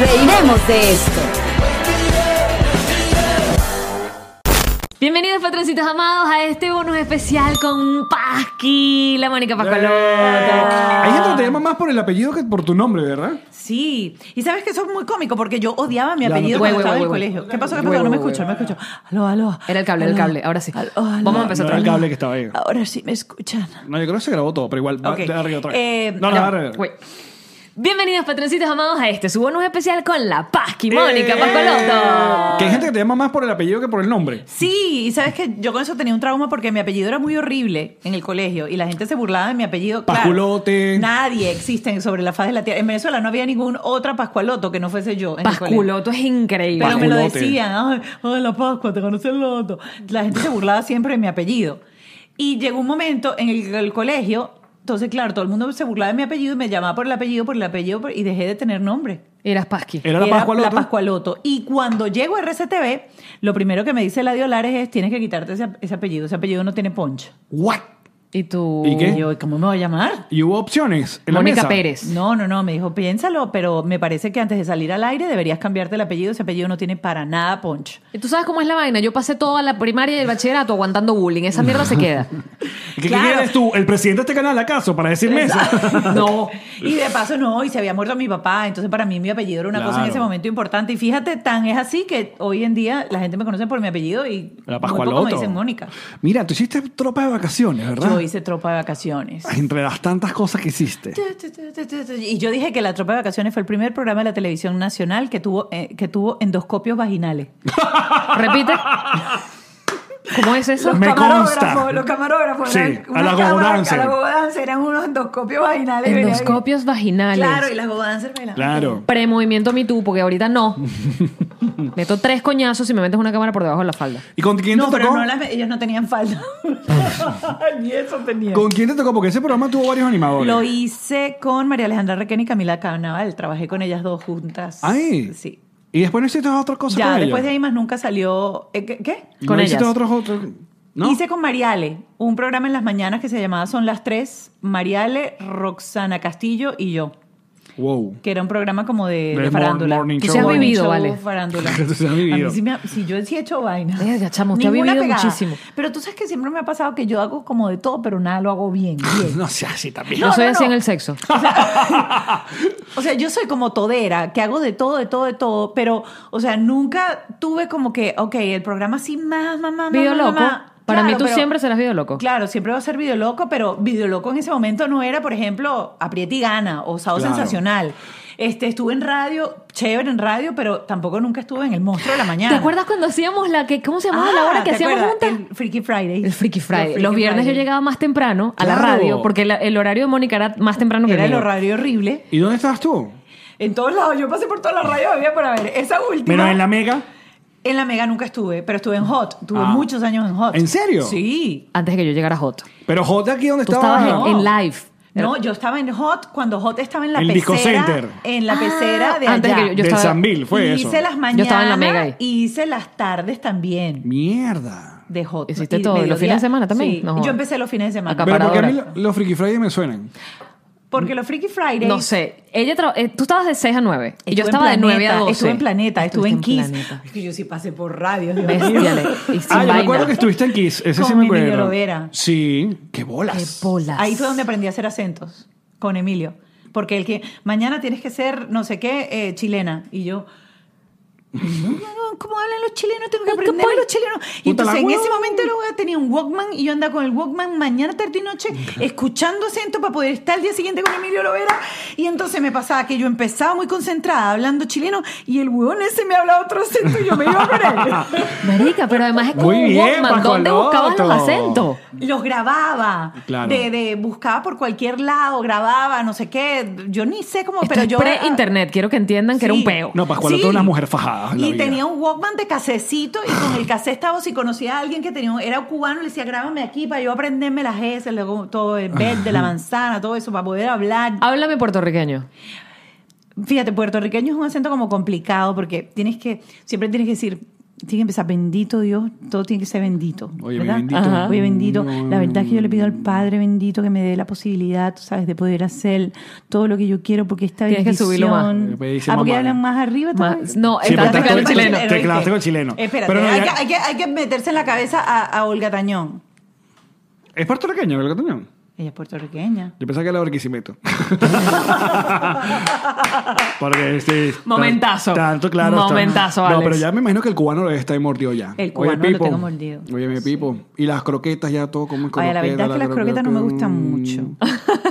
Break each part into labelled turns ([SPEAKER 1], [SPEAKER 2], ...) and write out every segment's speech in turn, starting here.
[SPEAKER 1] reiremos de esto.
[SPEAKER 2] Bienvenidos patroncitos amados a este bonus especial con Pasqui, la Mónica Pascualota.
[SPEAKER 3] Eh. Hay gente que te llama más por el apellido que por tu nombre, ¿verdad?
[SPEAKER 4] Sí. Y sabes que eso es muy cómico porque yo odiaba mi
[SPEAKER 3] Ya, no te-
[SPEAKER 4] apellido cuando
[SPEAKER 2] Güey,
[SPEAKER 4] estaba en
[SPEAKER 2] güey,
[SPEAKER 4] el
[SPEAKER 2] güey,
[SPEAKER 4] colegio.
[SPEAKER 2] güey.
[SPEAKER 4] ¿Qué pasó? ¿Qué
[SPEAKER 2] Güey,
[SPEAKER 4] pasó? No me
[SPEAKER 2] güey,
[SPEAKER 4] escucho, no me
[SPEAKER 2] güey.
[SPEAKER 4] escucho. Aló, aló.
[SPEAKER 2] Era el cable, era el cable. Ahora sí.
[SPEAKER 4] Aló, aló.
[SPEAKER 2] Vamos a empezar
[SPEAKER 3] No era el cable que estaba ahí.
[SPEAKER 4] Ahora sí me escuchan.
[SPEAKER 3] No, yo creo que se grabó todo, pero igual, va-
[SPEAKER 4] Ok.
[SPEAKER 3] de arriba otra vez.
[SPEAKER 4] Eh,
[SPEAKER 3] no, no,
[SPEAKER 4] ya,
[SPEAKER 3] de arriba.
[SPEAKER 2] Güey. Bienvenidos patroncitos amados a este su bonus especial con la Pasqui, Mónica
[SPEAKER 3] Eh,
[SPEAKER 2] Pascualota.
[SPEAKER 3] Que hay gente que te llama más por el apellido que por el nombre.
[SPEAKER 4] Sí, y sabes que yo con eso tenía un trauma porque mi apellido era muy horrible en el colegio y la gente se burlaba de mi apellido. Claro,
[SPEAKER 3] Pasculote.
[SPEAKER 4] nadie existe sobre la faz de la tierra. En Venezuela no había ningún otra Pascualoto que no fuese yo. En el colegio.
[SPEAKER 2] Pasculoto es increíble.
[SPEAKER 4] Pero me lo
[SPEAKER 3] Pasculote.
[SPEAKER 4] decían, ay, ay, la Pascua, te conoce el loto. La gente se burlaba siempre de mi apellido. Y llegó un momento en el, el colegio, entonces, claro, todo el mundo se burlaba de mi apellido y me llamaba por el apellido, por el apellido, por- y dejé de tener nombre.
[SPEAKER 2] Eras Pasqui.
[SPEAKER 3] Era la Pascualota.
[SPEAKER 4] la Pascualoto. Y cuando llego a RCTV, lo primero que me dice la Diolares es, tienes que quitarte ese, ese apellido, ese apellido no tiene poncho.
[SPEAKER 3] ¿What?
[SPEAKER 2] ¿Y tú?
[SPEAKER 3] ¿Y
[SPEAKER 4] Y
[SPEAKER 3] qué?
[SPEAKER 4] yo, ¿cómo me voy a llamar?
[SPEAKER 3] Y hubo opciones. en la
[SPEAKER 2] Mónica
[SPEAKER 3] mesa.
[SPEAKER 2] Pérez.
[SPEAKER 4] No, no, no, me dijo, piénsalo, pero me parece que antes de salir al aire deberías cambiarte el apellido, ese apellido no tiene para nada poncho.
[SPEAKER 2] ¿Y tú sabes cómo es la vaina? Yo pasé toda la primaria y el bachillerato aguantando bullying. Esa mierda se queda.
[SPEAKER 3] ¿Qué, qué
[SPEAKER 4] Claro.
[SPEAKER 3] eres tú? ¿El presidente de este canal acaso? Para decirme eso.
[SPEAKER 2] No.
[SPEAKER 4] Y de paso no, y se había muerto mi papá, entonces para mí mi apellido era una cosa en
[SPEAKER 3] Claro.
[SPEAKER 4] ese momento importante. Y fíjate, tan es así que hoy en día la gente me conoce por mi apellido y
[SPEAKER 3] La
[SPEAKER 4] muy poco me
[SPEAKER 3] Pascualoto. Ah.
[SPEAKER 4] dicen Mónica.
[SPEAKER 3] Mira, tú hiciste tropa de vacaciones, ¿verdad?
[SPEAKER 4] Yo hice tropa de vacaciones.
[SPEAKER 3] Entre las tantas cosas que hiciste.
[SPEAKER 4] Y yo dije que la tropa de vacaciones fue el primer programa de la televisión nacional que tuvo, eh, que tuvo endoscopios vaginales.
[SPEAKER 2] Repite. ¿Cómo es eso?
[SPEAKER 3] Me consta.
[SPEAKER 4] los camarógrafos
[SPEAKER 3] Sí,
[SPEAKER 4] eran
[SPEAKER 3] a la
[SPEAKER 4] unas cámaras
[SPEAKER 3] Gobodancer.
[SPEAKER 4] que a la Gobodancer eran unos endoscopios vaginales. y venían-
[SPEAKER 2] Endoscopios vaginales.
[SPEAKER 4] Claro, y las Gobodancer bailaban.
[SPEAKER 3] Claro.
[SPEAKER 2] Premovimiento Me Too, porque ahorita no. Meto tres coñazos y me metes una cámara por debajo de la falda.
[SPEAKER 3] ¿Y con quién te
[SPEAKER 4] No, pero
[SPEAKER 3] tocó?
[SPEAKER 4] no las- ellos no tenían falda. Ni eso tenían.
[SPEAKER 3] ¿Con quién te tocó? Porque ese programa tuvo varios animadores.
[SPEAKER 4] Lo hice con María Alejandra Requena y Camila Carnaval. Trabajé con ellas dos juntas.
[SPEAKER 3] Ay.
[SPEAKER 4] Sí.
[SPEAKER 3] Y después no hiciste otras cosas
[SPEAKER 4] Ya,
[SPEAKER 3] con ella?
[SPEAKER 4] después de ahí más nunca salió. eh, ¿Qué? qué?
[SPEAKER 2] Con
[SPEAKER 3] ¿No
[SPEAKER 2] ellas.
[SPEAKER 3] hiciste otros, otros? ¿No?
[SPEAKER 4] Hice con Mariale un programa en las mañanas que se llamaba Son las tres. Mariale, Roxana Castillo y yo.
[SPEAKER 3] Wow.
[SPEAKER 4] Que era un programa como de,
[SPEAKER 3] De
[SPEAKER 4] de farándula.
[SPEAKER 3] mor- morning
[SPEAKER 2] Tú sí has
[SPEAKER 4] Morning
[SPEAKER 2] vivido,
[SPEAKER 4] show,
[SPEAKER 2] vale.
[SPEAKER 4] farándula.
[SPEAKER 3] Tú sí has vivido.
[SPEAKER 4] A mí sí me ha- sí, yo sí he hecho vaina.
[SPEAKER 2] Verga, chamo, usted ha
[SPEAKER 4] Ninguna
[SPEAKER 2] vivido
[SPEAKER 4] pegada.
[SPEAKER 2] muchísimo.
[SPEAKER 4] Pero tú sabes que siempre me ha pasado que yo hago como de todo, pero nada, lo hago bien, bien.
[SPEAKER 3] No sea así también.
[SPEAKER 2] Yo soy
[SPEAKER 4] no,
[SPEAKER 2] así
[SPEAKER 4] no.
[SPEAKER 2] en el sexo.
[SPEAKER 4] O sea, yo soy como todera, que hago de todo, de todo, de todo, pero, o sea, nunca tuve como que, ok, el programa sí más, más, más,
[SPEAKER 2] Video
[SPEAKER 4] más,
[SPEAKER 2] loco.
[SPEAKER 4] más.
[SPEAKER 2] Para mí
[SPEAKER 4] Claro,
[SPEAKER 2] tú
[SPEAKER 4] pero-
[SPEAKER 2] siempre serás video loco.
[SPEAKER 4] Claro, siempre va a ser video loco, pero video loco en ese momento no era, por ejemplo, Apriete y Gana o Sábado
[SPEAKER 3] Claro.
[SPEAKER 4] Sensacional. Este, estuve en radio, chévere en radio, pero tampoco nunca estuve en El Monstruo de la Mañana.
[SPEAKER 2] ¿Te acuerdas cuando hacíamos la que, ¿cómo se llamaba
[SPEAKER 4] Ah,
[SPEAKER 2] la hora que
[SPEAKER 4] ¿te
[SPEAKER 2] hacíamos
[SPEAKER 4] acuerdas?
[SPEAKER 2] juntas?
[SPEAKER 4] El Freaky Friday.
[SPEAKER 2] El Freaky Friday. Los,
[SPEAKER 4] Freaky
[SPEAKER 2] viernes
[SPEAKER 4] Friday.
[SPEAKER 2] yo llegaba más temprano a la
[SPEAKER 3] Claro.
[SPEAKER 2] radio, porque la- el horario de Mónica era más temprano que
[SPEAKER 4] Era el
[SPEAKER 2] mío.
[SPEAKER 4] horario horrible.
[SPEAKER 3] ¿Y dónde estabas tú?
[SPEAKER 4] En todos lados, yo pasé por todas las radios, había para ver. Esa última.
[SPEAKER 3] Menos en la mega.
[SPEAKER 4] En la Mega nunca estuve, pero estuve en Hot. Tuve
[SPEAKER 3] Ah.
[SPEAKER 4] muchos años en Hot.
[SPEAKER 3] ¿En serio?
[SPEAKER 4] Sí.
[SPEAKER 2] Antes de que yo llegara a Hot.
[SPEAKER 3] Pero J aquí donde
[SPEAKER 2] Tú
[SPEAKER 3] estaba.
[SPEAKER 2] estabas
[SPEAKER 3] No.
[SPEAKER 2] en, en live.
[SPEAKER 4] No, yo estaba en Hot cuando Hot estaba en la
[SPEAKER 3] El Disco
[SPEAKER 4] pecera.
[SPEAKER 3] Center.
[SPEAKER 4] En la
[SPEAKER 2] Ah,
[SPEAKER 4] pecera de
[SPEAKER 2] antes de
[SPEAKER 4] allá.
[SPEAKER 2] que yo
[SPEAKER 3] Del
[SPEAKER 2] estaba-
[SPEAKER 3] Sambil, fue
[SPEAKER 4] hice
[SPEAKER 3] eso.
[SPEAKER 4] las mañanas.
[SPEAKER 2] Yo estaba en la Mega ahí.
[SPEAKER 4] Y hice las tardes también
[SPEAKER 3] Mierda.
[SPEAKER 4] de Hot.
[SPEAKER 2] Hiciste
[SPEAKER 4] Y
[SPEAKER 2] todo, ¿y los
[SPEAKER 4] mediodía.
[SPEAKER 2] fines de semana también?
[SPEAKER 4] Sí,
[SPEAKER 2] No jodas.
[SPEAKER 4] yo empecé los fines de semana.
[SPEAKER 2] Acá.
[SPEAKER 3] Pero porque a
[SPEAKER 2] Aparadora.
[SPEAKER 3] mí lo- los Freaky Friday me suenan.
[SPEAKER 4] Porque los Freaky Fridays.
[SPEAKER 2] No sé. Ella traba- eh, tú estabas de 6 a 9. Y yo
[SPEAKER 4] estuve en
[SPEAKER 2] estaba de 9 a
[SPEAKER 4] Planeta,
[SPEAKER 2] 12.
[SPEAKER 4] Estuve en Planeta, estuve en
[SPEAKER 2] Estuviste
[SPEAKER 4] Kiss.
[SPEAKER 2] Planeta.
[SPEAKER 4] Es que yo sí pasé por radio. Dios mío.
[SPEAKER 2] Bestiale. Y sin
[SPEAKER 3] ah, yo me
[SPEAKER 2] vaina.
[SPEAKER 3] acuerdo que estuviste en Kiss. Ese sí
[SPEAKER 4] Con
[SPEAKER 3] me
[SPEAKER 4] Emilio
[SPEAKER 3] acuerdo.
[SPEAKER 4] Lovera.
[SPEAKER 3] Sí. Qué
[SPEAKER 2] Qué
[SPEAKER 3] bolas.
[SPEAKER 2] bolas.
[SPEAKER 4] Ahí fue donde aprendí a hacer acentos con Emilio. Porque el que mañana tienes que ser no sé qué eh, chilena. Y yo, no, no, ¿cómo hablan los chilenos? Tengo que aprender a los chilenos. Y
[SPEAKER 3] Puta la
[SPEAKER 4] entonces en
[SPEAKER 3] hueva.
[SPEAKER 4] ese momento luego tenía un Walkman y yo andaba con el Walkman mañana, tarde y noche escuchando acento para poder estar al día siguiente con Emilio Lovera. Y entonces me pasaba que yo empezaba muy concentrada hablando chileno y el huevón ese me hablaba otro acento y yo me iba a él.
[SPEAKER 2] Marica, pero además es como
[SPEAKER 3] Muy
[SPEAKER 2] un
[SPEAKER 3] bien,
[SPEAKER 2] Walkman. ¿Dónde
[SPEAKER 3] Pascualoto.
[SPEAKER 2] buscabas los acentos?
[SPEAKER 4] Los grababa,
[SPEAKER 3] Claro.
[SPEAKER 4] de, de- buscaba por cualquier lado, grababa, no sé qué. Yo ni sé cómo,
[SPEAKER 2] Esto
[SPEAKER 4] pero
[SPEAKER 2] es
[SPEAKER 4] yo.
[SPEAKER 2] pre-internet. Quiero que entiendan que era un
[SPEAKER 4] Sí.
[SPEAKER 2] peo.
[SPEAKER 3] No, Pascual,
[SPEAKER 4] Sí.
[SPEAKER 3] tú eres una mujer fajada. en Ah, la
[SPEAKER 4] Y
[SPEAKER 3] vida.
[SPEAKER 4] tenía un Walkman de casecito y con el cassette estaba, si conocía a alguien que tenía, un- era cubano, le decía, grábame aquí para yo aprenderme las S, luego todo el verde, la manzana, todo eso, para poder hablar.
[SPEAKER 2] Háblame puertorriqueño.
[SPEAKER 4] Fíjate, puertorriqueño es un acento como complicado porque tienes que, siempre tienes que decir, Tiene que empezar, bendito Dios, todo tiene que ser bendito.
[SPEAKER 3] Oye,
[SPEAKER 4] ¿verdad?
[SPEAKER 3] bendito.
[SPEAKER 2] Ajá.
[SPEAKER 4] Oye, bendito. La verdad es que yo le pido al
[SPEAKER 3] Mm.
[SPEAKER 4] Padre bendito que me dé la posibilidad, tú sabes, de poder hacer todo lo que yo quiero porque esta
[SPEAKER 2] Tienes que
[SPEAKER 4] bendición...
[SPEAKER 2] subirlo más.
[SPEAKER 3] Eh, pues dice
[SPEAKER 4] Ah, porque
[SPEAKER 3] mamá.
[SPEAKER 4] hablan más arriba también.
[SPEAKER 2] Más- no,
[SPEAKER 3] Sí,
[SPEAKER 2] estás
[SPEAKER 3] pero
[SPEAKER 2] tocando
[SPEAKER 3] estás-
[SPEAKER 2] el chileno.
[SPEAKER 3] te clavaste con el chileno.
[SPEAKER 4] Espérate,
[SPEAKER 3] Pero no,
[SPEAKER 4] hay,
[SPEAKER 3] ya-
[SPEAKER 4] que, hay que- hay que meterse en la cabeza a, a Olga Tañón.
[SPEAKER 3] ¿Es puertorriqueño, verdad, Tañón?
[SPEAKER 4] Ella es puertorriqueña.
[SPEAKER 3] Yo pensaba que era Barquisimeto. Porque este.
[SPEAKER 2] Momentazo.
[SPEAKER 3] tan- Tanto, claro. está-
[SPEAKER 2] Momentazo,
[SPEAKER 3] No,
[SPEAKER 2] Alex.
[SPEAKER 3] pero ya me imagino que el cubano lo está ahí mordido ya.
[SPEAKER 4] El cubano lo
[SPEAKER 3] Oye, Pipo.
[SPEAKER 4] tengo mordido.
[SPEAKER 3] Oye, mi Pipo. Y las croquetas ya todo como
[SPEAKER 4] Oye, la verdad es que las croquetas no me gustan mucho.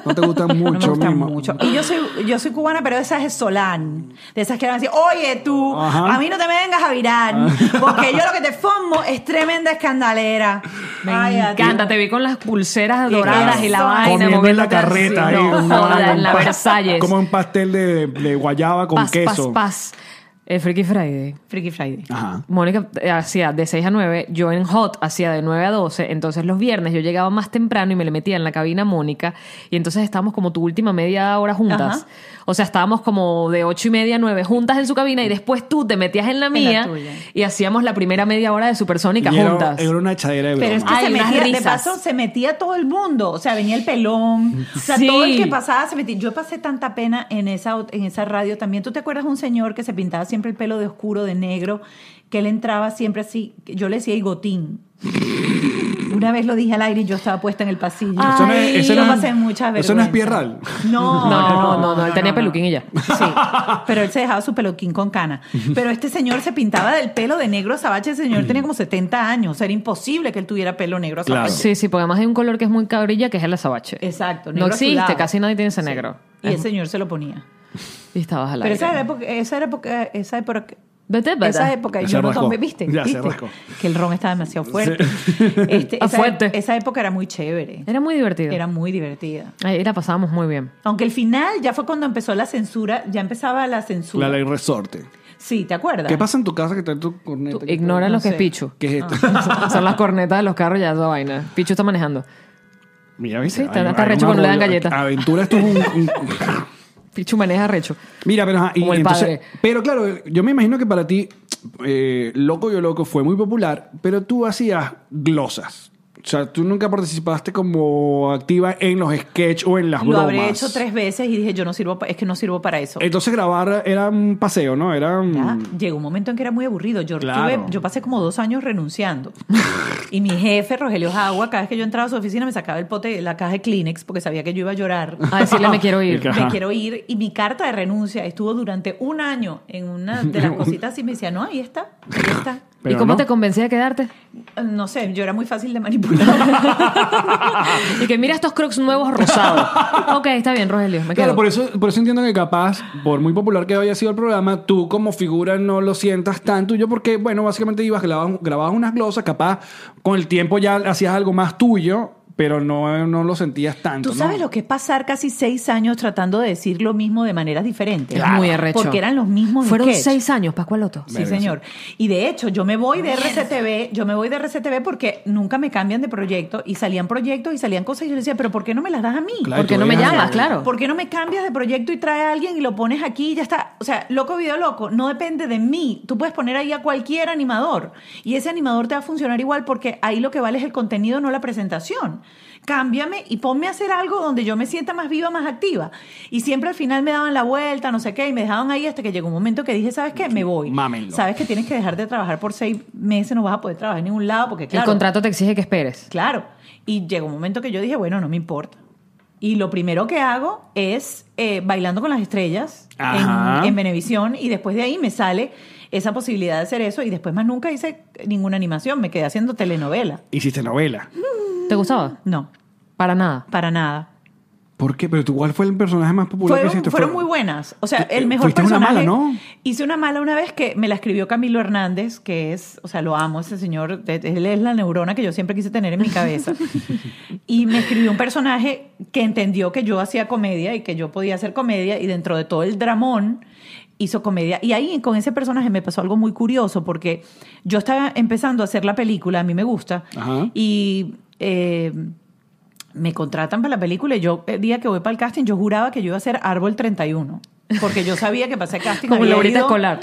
[SPEAKER 3] No te gustan mucho,
[SPEAKER 4] no me gustan
[SPEAKER 3] misma.
[SPEAKER 4] mucho. Y yo soy, yo soy cubana, pero esa es Solán. De esas que van a decir, oye tú,
[SPEAKER 3] Ajá. Ah.
[SPEAKER 4] a mí no te me vengas a virar, porque yo lo que te formo es tremenda escandalera.
[SPEAKER 2] Me
[SPEAKER 4] Ay, a ti.
[SPEAKER 2] encanta, te vi con las pulseras
[SPEAKER 4] Y
[SPEAKER 2] doradas
[SPEAKER 4] eso.
[SPEAKER 2] y la vaina.
[SPEAKER 3] Comiendo en la
[SPEAKER 2] moviéndote
[SPEAKER 3] carreta.
[SPEAKER 2] así.
[SPEAKER 3] ahí,
[SPEAKER 2] No,
[SPEAKER 3] una
[SPEAKER 2] joda,
[SPEAKER 3] vaina,
[SPEAKER 2] en la
[SPEAKER 3] un pas-
[SPEAKER 2] Versalles.
[SPEAKER 3] Como un pastel de, de guayaba con
[SPEAKER 2] Paz, paz,
[SPEAKER 3] queso.
[SPEAKER 2] paz. El Freaky Friday.
[SPEAKER 4] Freaky Friday.
[SPEAKER 3] Ajá.
[SPEAKER 2] Mónica eh, hacía de 6 a 9, yo en Hot hacía de 9 a 12, entonces los viernes yo llegaba más temprano y me le metía en la cabina a Mónica y entonces estábamos como tu última media hora juntas.
[SPEAKER 4] Ajá.
[SPEAKER 2] O sea, estábamos como de 8 y media a 9 juntas en su cabina y después tú te metías en la mía
[SPEAKER 4] Mm. tuya.
[SPEAKER 2] y hacíamos la primera media hora de Supersónica
[SPEAKER 3] Y era-
[SPEAKER 2] juntas.
[SPEAKER 3] Era una echadera de broma.
[SPEAKER 4] Pero es que
[SPEAKER 2] Ay,
[SPEAKER 4] se
[SPEAKER 2] unas
[SPEAKER 4] metía, de
[SPEAKER 2] risas.
[SPEAKER 4] paso se metía todo el mundo. O sea, venía el pelón. O sea,
[SPEAKER 2] Sí.
[SPEAKER 4] todo el que pasaba se metía. Yo pasé tanta pena en esa, en esa radio también. ¿Tú te acuerdas de un señor que se pintaba siempre el pelo de oscuro, de negro? Que él entraba siempre así. Yo le decía gotín Una vez lo dije al aire y yo estaba puesta en el pasillo.
[SPEAKER 3] Ah,
[SPEAKER 2] Eso no es- eso no
[SPEAKER 4] Yo
[SPEAKER 2] es-
[SPEAKER 4] pasé muchas
[SPEAKER 3] eso no es
[SPEAKER 4] vergüenzas.
[SPEAKER 3] Pierral.
[SPEAKER 2] No,
[SPEAKER 4] No,
[SPEAKER 2] no, no, no, él tenía peluquín y ya.
[SPEAKER 4] Sí, pero él se dejaba su peluquín con cana. Pero este señor se pintaba del pelo de negro azabache. Ese señor tenía como 70 años. O sea, era imposible que él tuviera pelo negro azabache.
[SPEAKER 3] Claro.
[SPEAKER 2] Sí, sí, porque además hay un color que es muy cabrilla que es el azabache.
[SPEAKER 4] Exacto,
[SPEAKER 2] No
[SPEAKER 4] negro
[SPEAKER 2] existe,
[SPEAKER 4] azulado.
[SPEAKER 2] casi nadie tiene ese
[SPEAKER 4] Sí.
[SPEAKER 2] negro.
[SPEAKER 4] Y el señor se lo ponía.
[SPEAKER 2] Y estabas al
[SPEAKER 4] Pero
[SPEAKER 2] aire.
[SPEAKER 4] esa era época, esa era época, esa época,
[SPEAKER 2] Vete, vete.
[SPEAKER 4] esa época
[SPEAKER 3] Ya
[SPEAKER 4] yo
[SPEAKER 3] se
[SPEAKER 4] no
[SPEAKER 3] rascó.
[SPEAKER 4] tomé, ¿viste?
[SPEAKER 3] Ya se
[SPEAKER 4] ¿Viste?
[SPEAKER 3] rascó.
[SPEAKER 4] Que el ron estaba demasiado fuerte. Este,
[SPEAKER 2] Ah,
[SPEAKER 4] esa,
[SPEAKER 2] fuerte.
[SPEAKER 4] esa época era muy chévere.
[SPEAKER 2] Era muy divertido.
[SPEAKER 4] Era muy divertida.
[SPEAKER 2] Ahí la pasábamos muy bien.
[SPEAKER 4] Aunque el final ya fue cuando empezó la censura, ya empezaba la censura.
[SPEAKER 3] La ley resorte.
[SPEAKER 4] Sí, ¿te acuerdas?
[SPEAKER 3] ¿Qué pasa en tu casa que trae tu corneta?
[SPEAKER 2] Tú Ah. Ignora
[SPEAKER 4] no
[SPEAKER 2] lo que
[SPEAKER 4] sé.
[SPEAKER 2] es Pichu.
[SPEAKER 3] ¿Qué es esto?
[SPEAKER 2] Son las cornetas de los carros ya esa vaina. Pichu está manejando.
[SPEAKER 3] Mira, ¿viste?
[SPEAKER 2] Sí, está-
[SPEAKER 3] Hay-
[SPEAKER 2] está
[SPEAKER 3] hay
[SPEAKER 2] recho
[SPEAKER 3] una
[SPEAKER 2] cuando le dan
[SPEAKER 3] rolla-
[SPEAKER 2] galletas.
[SPEAKER 3] Aventura, esto es un... un-
[SPEAKER 2] Pichu maneja recho.
[SPEAKER 3] Mira, pero... ajá, y
[SPEAKER 2] Como el padre.
[SPEAKER 3] Pero claro, yo me imagino que para ti, eh, Loco yo Loco fue muy popular, pero tú hacías glosas. O sea, tú nunca participaste como activa en los sketch o en las
[SPEAKER 4] Lo
[SPEAKER 3] bromas.
[SPEAKER 4] habré hecho tres veces y dije, yo no sirvo, pa- es que no sirvo para eso.
[SPEAKER 3] Entonces grabar era un paseo, ¿no? Era un...
[SPEAKER 4] Ya, Llegó un momento en que era muy aburrido. Yo,
[SPEAKER 3] mm. Claro.
[SPEAKER 4] tuve- yo pasé como dos años renunciando. y mi jefe, Rogelio Jagua, cada vez que yo entraba a su oficina me sacaba el pote, la caja de Kleenex, porque sabía que yo iba a llorar.
[SPEAKER 2] A decirle me quiero ir.
[SPEAKER 3] Qué Ajá.
[SPEAKER 4] Me quiero ir. Y mi carta de renuncia estuvo durante un año en una de las cositas y me decía, no, ahí está, ahí está.
[SPEAKER 2] ¿Y
[SPEAKER 3] Pero
[SPEAKER 2] cómo
[SPEAKER 3] no.
[SPEAKER 2] te convencí de quedarte?
[SPEAKER 4] No sé, yo era muy fácil de manipular.
[SPEAKER 2] Y que mira estos crocs nuevos rosados. ok, está bien, Rogelio. Me
[SPEAKER 3] Claro,
[SPEAKER 2] quedo.
[SPEAKER 3] por eso, por eso entiendo que capaz, por muy popular que haya sido el programa, tú como figura no lo sientas tanto. Yo porque, bueno, básicamente ibas, grababas, grababas unas glosas, capaz con el tiempo ya hacías algo más tuyo, pero no, no lo sentías tanto.
[SPEAKER 4] Tú sabes
[SPEAKER 3] ¿no?
[SPEAKER 4] lo que es pasar casi seis años tratando de decir lo mismo de maneras diferentes.
[SPEAKER 2] Es muy arrecho.
[SPEAKER 4] Porque eran los mismos
[SPEAKER 2] Fueron
[SPEAKER 4] sketch.
[SPEAKER 2] seis años, Pascualoto.
[SPEAKER 4] Sí, señor. Y de hecho, yo me voy de RCTV, yo me voy de RCTV porque nunca me cambian de proyecto y salían proyectos y salían cosas y yo le decía, pero ¿por qué no me las das a mí?
[SPEAKER 3] Claro,
[SPEAKER 2] ¿Por qué
[SPEAKER 3] tú
[SPEAKER 2] no me
[SPEAKER 3] eres-
[SPEAKER 2] llamas? Claro.
[SPEAKER 4] ¿Por qué no me cambias de proyecto y trae a alguien y lo pones aquí y ya está? O sea, loco video loco, no depende de mí. Tú puedes poner ahí a cualquier animador y ese animador te va a funcionar igual porque ahí lo que vale es el contenido, no la presentación. Cámbiame y ponme a hacer algo donde yo me sienta más viva, más activa. Y siempre al final me daban la vuelta, no sé qué, y me dejaban ahí hasta que llegó un momento que dije, ¿sabes qué? Me voy.
[SPEAKER 3] Mámenlo.
[SPEAKER 4] Sabes que tienes que dejar de trabajar por seis meses, no vas a poder trabajar en ningún lado porque claro,
[SPEAKER 2] El contrato te exige que esperes.
[SPEAKER 4] Claro. Y llegó un momento que yo dije, bueno, no me importa. Y lo primero que hago es eh, Bailando con las Estrellas
[SPEAKER 3] Ajá.
[SPEAKER 4] en, en Venevisión y después de ahí me sale esa posibilidad de hacer eso y después más nunca hice ninguna animación, me quedé haciendo telenovela.
[SPEAKER 3] Hiciste novela.
[SPEAKER 2] ¿Te gustaba?
[SPEAKER 4] No,
[SPEAKER 2] Para nada.
[SPEAKER 4] para nada.
[SPEAKER 3] ¿Por qué? Pero tú, ¿cuál fue el personaje más popular
[SPEAKER 4] Fueron-
[SPEAKER 3] que hiciste?
[SPEAKER 4] fueron
[SPEAKER 3] Fue-
[SPEAKER 4] muy buenas. O sea,
[SPEAKER 3] Eh,
[SPEAKER 4] el mejor
[SPEAKER 3] fuiste una
[SPEAKER 4] personaje.
[SPEAKER 3] mala, ¿no?
[SPEAKER 4] Hice una mala una vez que me la escribió Camilo Hernández, que es, o sea, lo amo, ese señor, de- él es la neurona que yo siempre quise tener en mi cabeza. y me escribió un personaje que entendió que yo hacía comedia y que yo podía hacer comedia y dentro de todo el dramón hizo comedia. Y ahí con ese personaje me pasó algo muy curioso porque yo estaba empezando a hacer la película, a mí me gusta,
[SPEAKER 3] Ajá.
[SPEAKER 4] y... eh, me contratan para la película y yo el día que voy para el casting yo juraba que yo iba a ser Árbol 31 porque yo sabía que pasé casting
[SPEAKER 2] Como
[SPEAKER 4] había
[SPEAKER 2] Laurita
[SPEAKER 4] ido-
[SPEAKER 2] Escolar.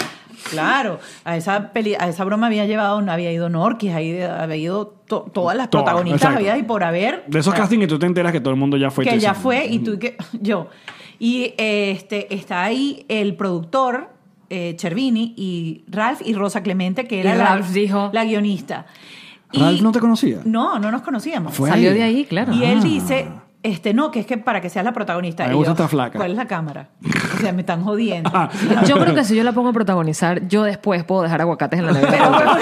[SPEAKER 4] Claro, a esa, peli, a esa broma había llevado, no había ido Norquis, ahí había ido to- todas las
[SPEAKER 3] Todas,
[SPEAKER 4] protagonistas,
[SPEAKER 3] exacto.
[SPEAKER 4] había y por haber.
[SPEAKER 3] De esos
[SPEAKER 4] O sea,
[SPEAKER 3] castings que tú te enteras que todo el mundo ya fue. y
[SPEAKER 4] que
[SPEAKER 3] tú
[SPEAKER 4] ya
[SPEAKER 3] dices, "Mm,
[SPEAKER 4] fue y tú y que yo y eh, este está ahí el productor eh, Chervini y Ralph y Rosa Clemente que era
[SPEAKER 2] Y
[SPEAKER 4] la,
[SPEAKER 2] Ralph dijo-
[SPEAKER 4] la guionista Y-
[SPEAKER 3] mm, ¿Ralph no te conocía?
[SPEAKER 4] no no nos conocíamos
[SPEAKER 3] Fue
[SPEAKER 2] Salió de ahí, claro.
[SPEAKER 4] y
[SPEAKER 3] Ah.
[SPEAKER 4] él dice este no que es que para que seas la protagonista
[SPEAKER 3] Me
[SPEAKER 4] Y
[SPEAKER 3] gusta
[SPEAKER 4] yo,
[SPEAKER 3] esta flaca.
[SPEAKER 4] cuál es la cámara o sea me están jodiendo
[SPEAKER 3] Ah.
[SPEAKER 2] Yo creo que si yo la pongo a protagonizar, yo después puedo dejar aguacates en la
[SPEAKER 4] Pero
[SPEAKER 2] nevera.
[SPEAKER 4] bueno,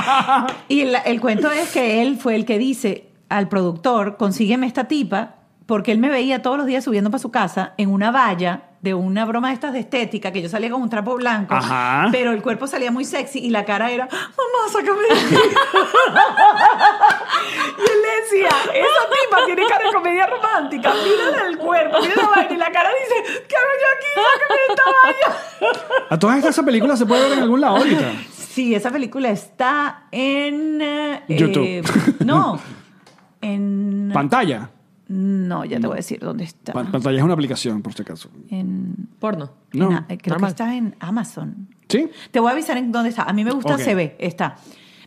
[SPEAKER 4] y la- el cuento es que él fue el que dice al productor, consígueme esta tipa, porque él me veía todos los días subiendo para su casa en una valla de una broma de estas de estética, que yo salía con un trapo blanco,
[SPEAKER 3] Ajá.
[SPEAKER 4] pero el cuerpo salía muy sexy y la cara era, mamá, sácame de aquí". Y él le decía, esa tipa tiene cara de comedia romántica, mírala el cuerpo, mira la vaina, y la cara dice, ¿qué hago yo aquí? Sácame de esta valla.
[SPEAKER 3] A todas estas esa película se puede ver en algún lado ahorita.
[SPEAKER 4] Sí, esa película está en. eh,
[SPEAKER 3] YouTube.
[SPEAKER 4] no. En.
[SPEAKER 3] Pantalla.
[SPEAKER 4] No, ya te voy a decir dónde está.
[SPEAKER 3] Pa- pantalla es una aplicación, por si acaso.
[SPEAKER 4] En.
[SPEAKER 2] Porno.
[SPEAKER 3] No.
[SPEAKER 4] en a- eh, creo
[SPEAKER 2] normal.
[SPEAKER 4] que está en Amazon.
[SPEAKER 3] ¿Sí?
[SPEAKER 4] Te voy a avisar en dónde está. A mí me gusta
[SPEAKER 3] Ok.
[SPEAKER 4] CB, está.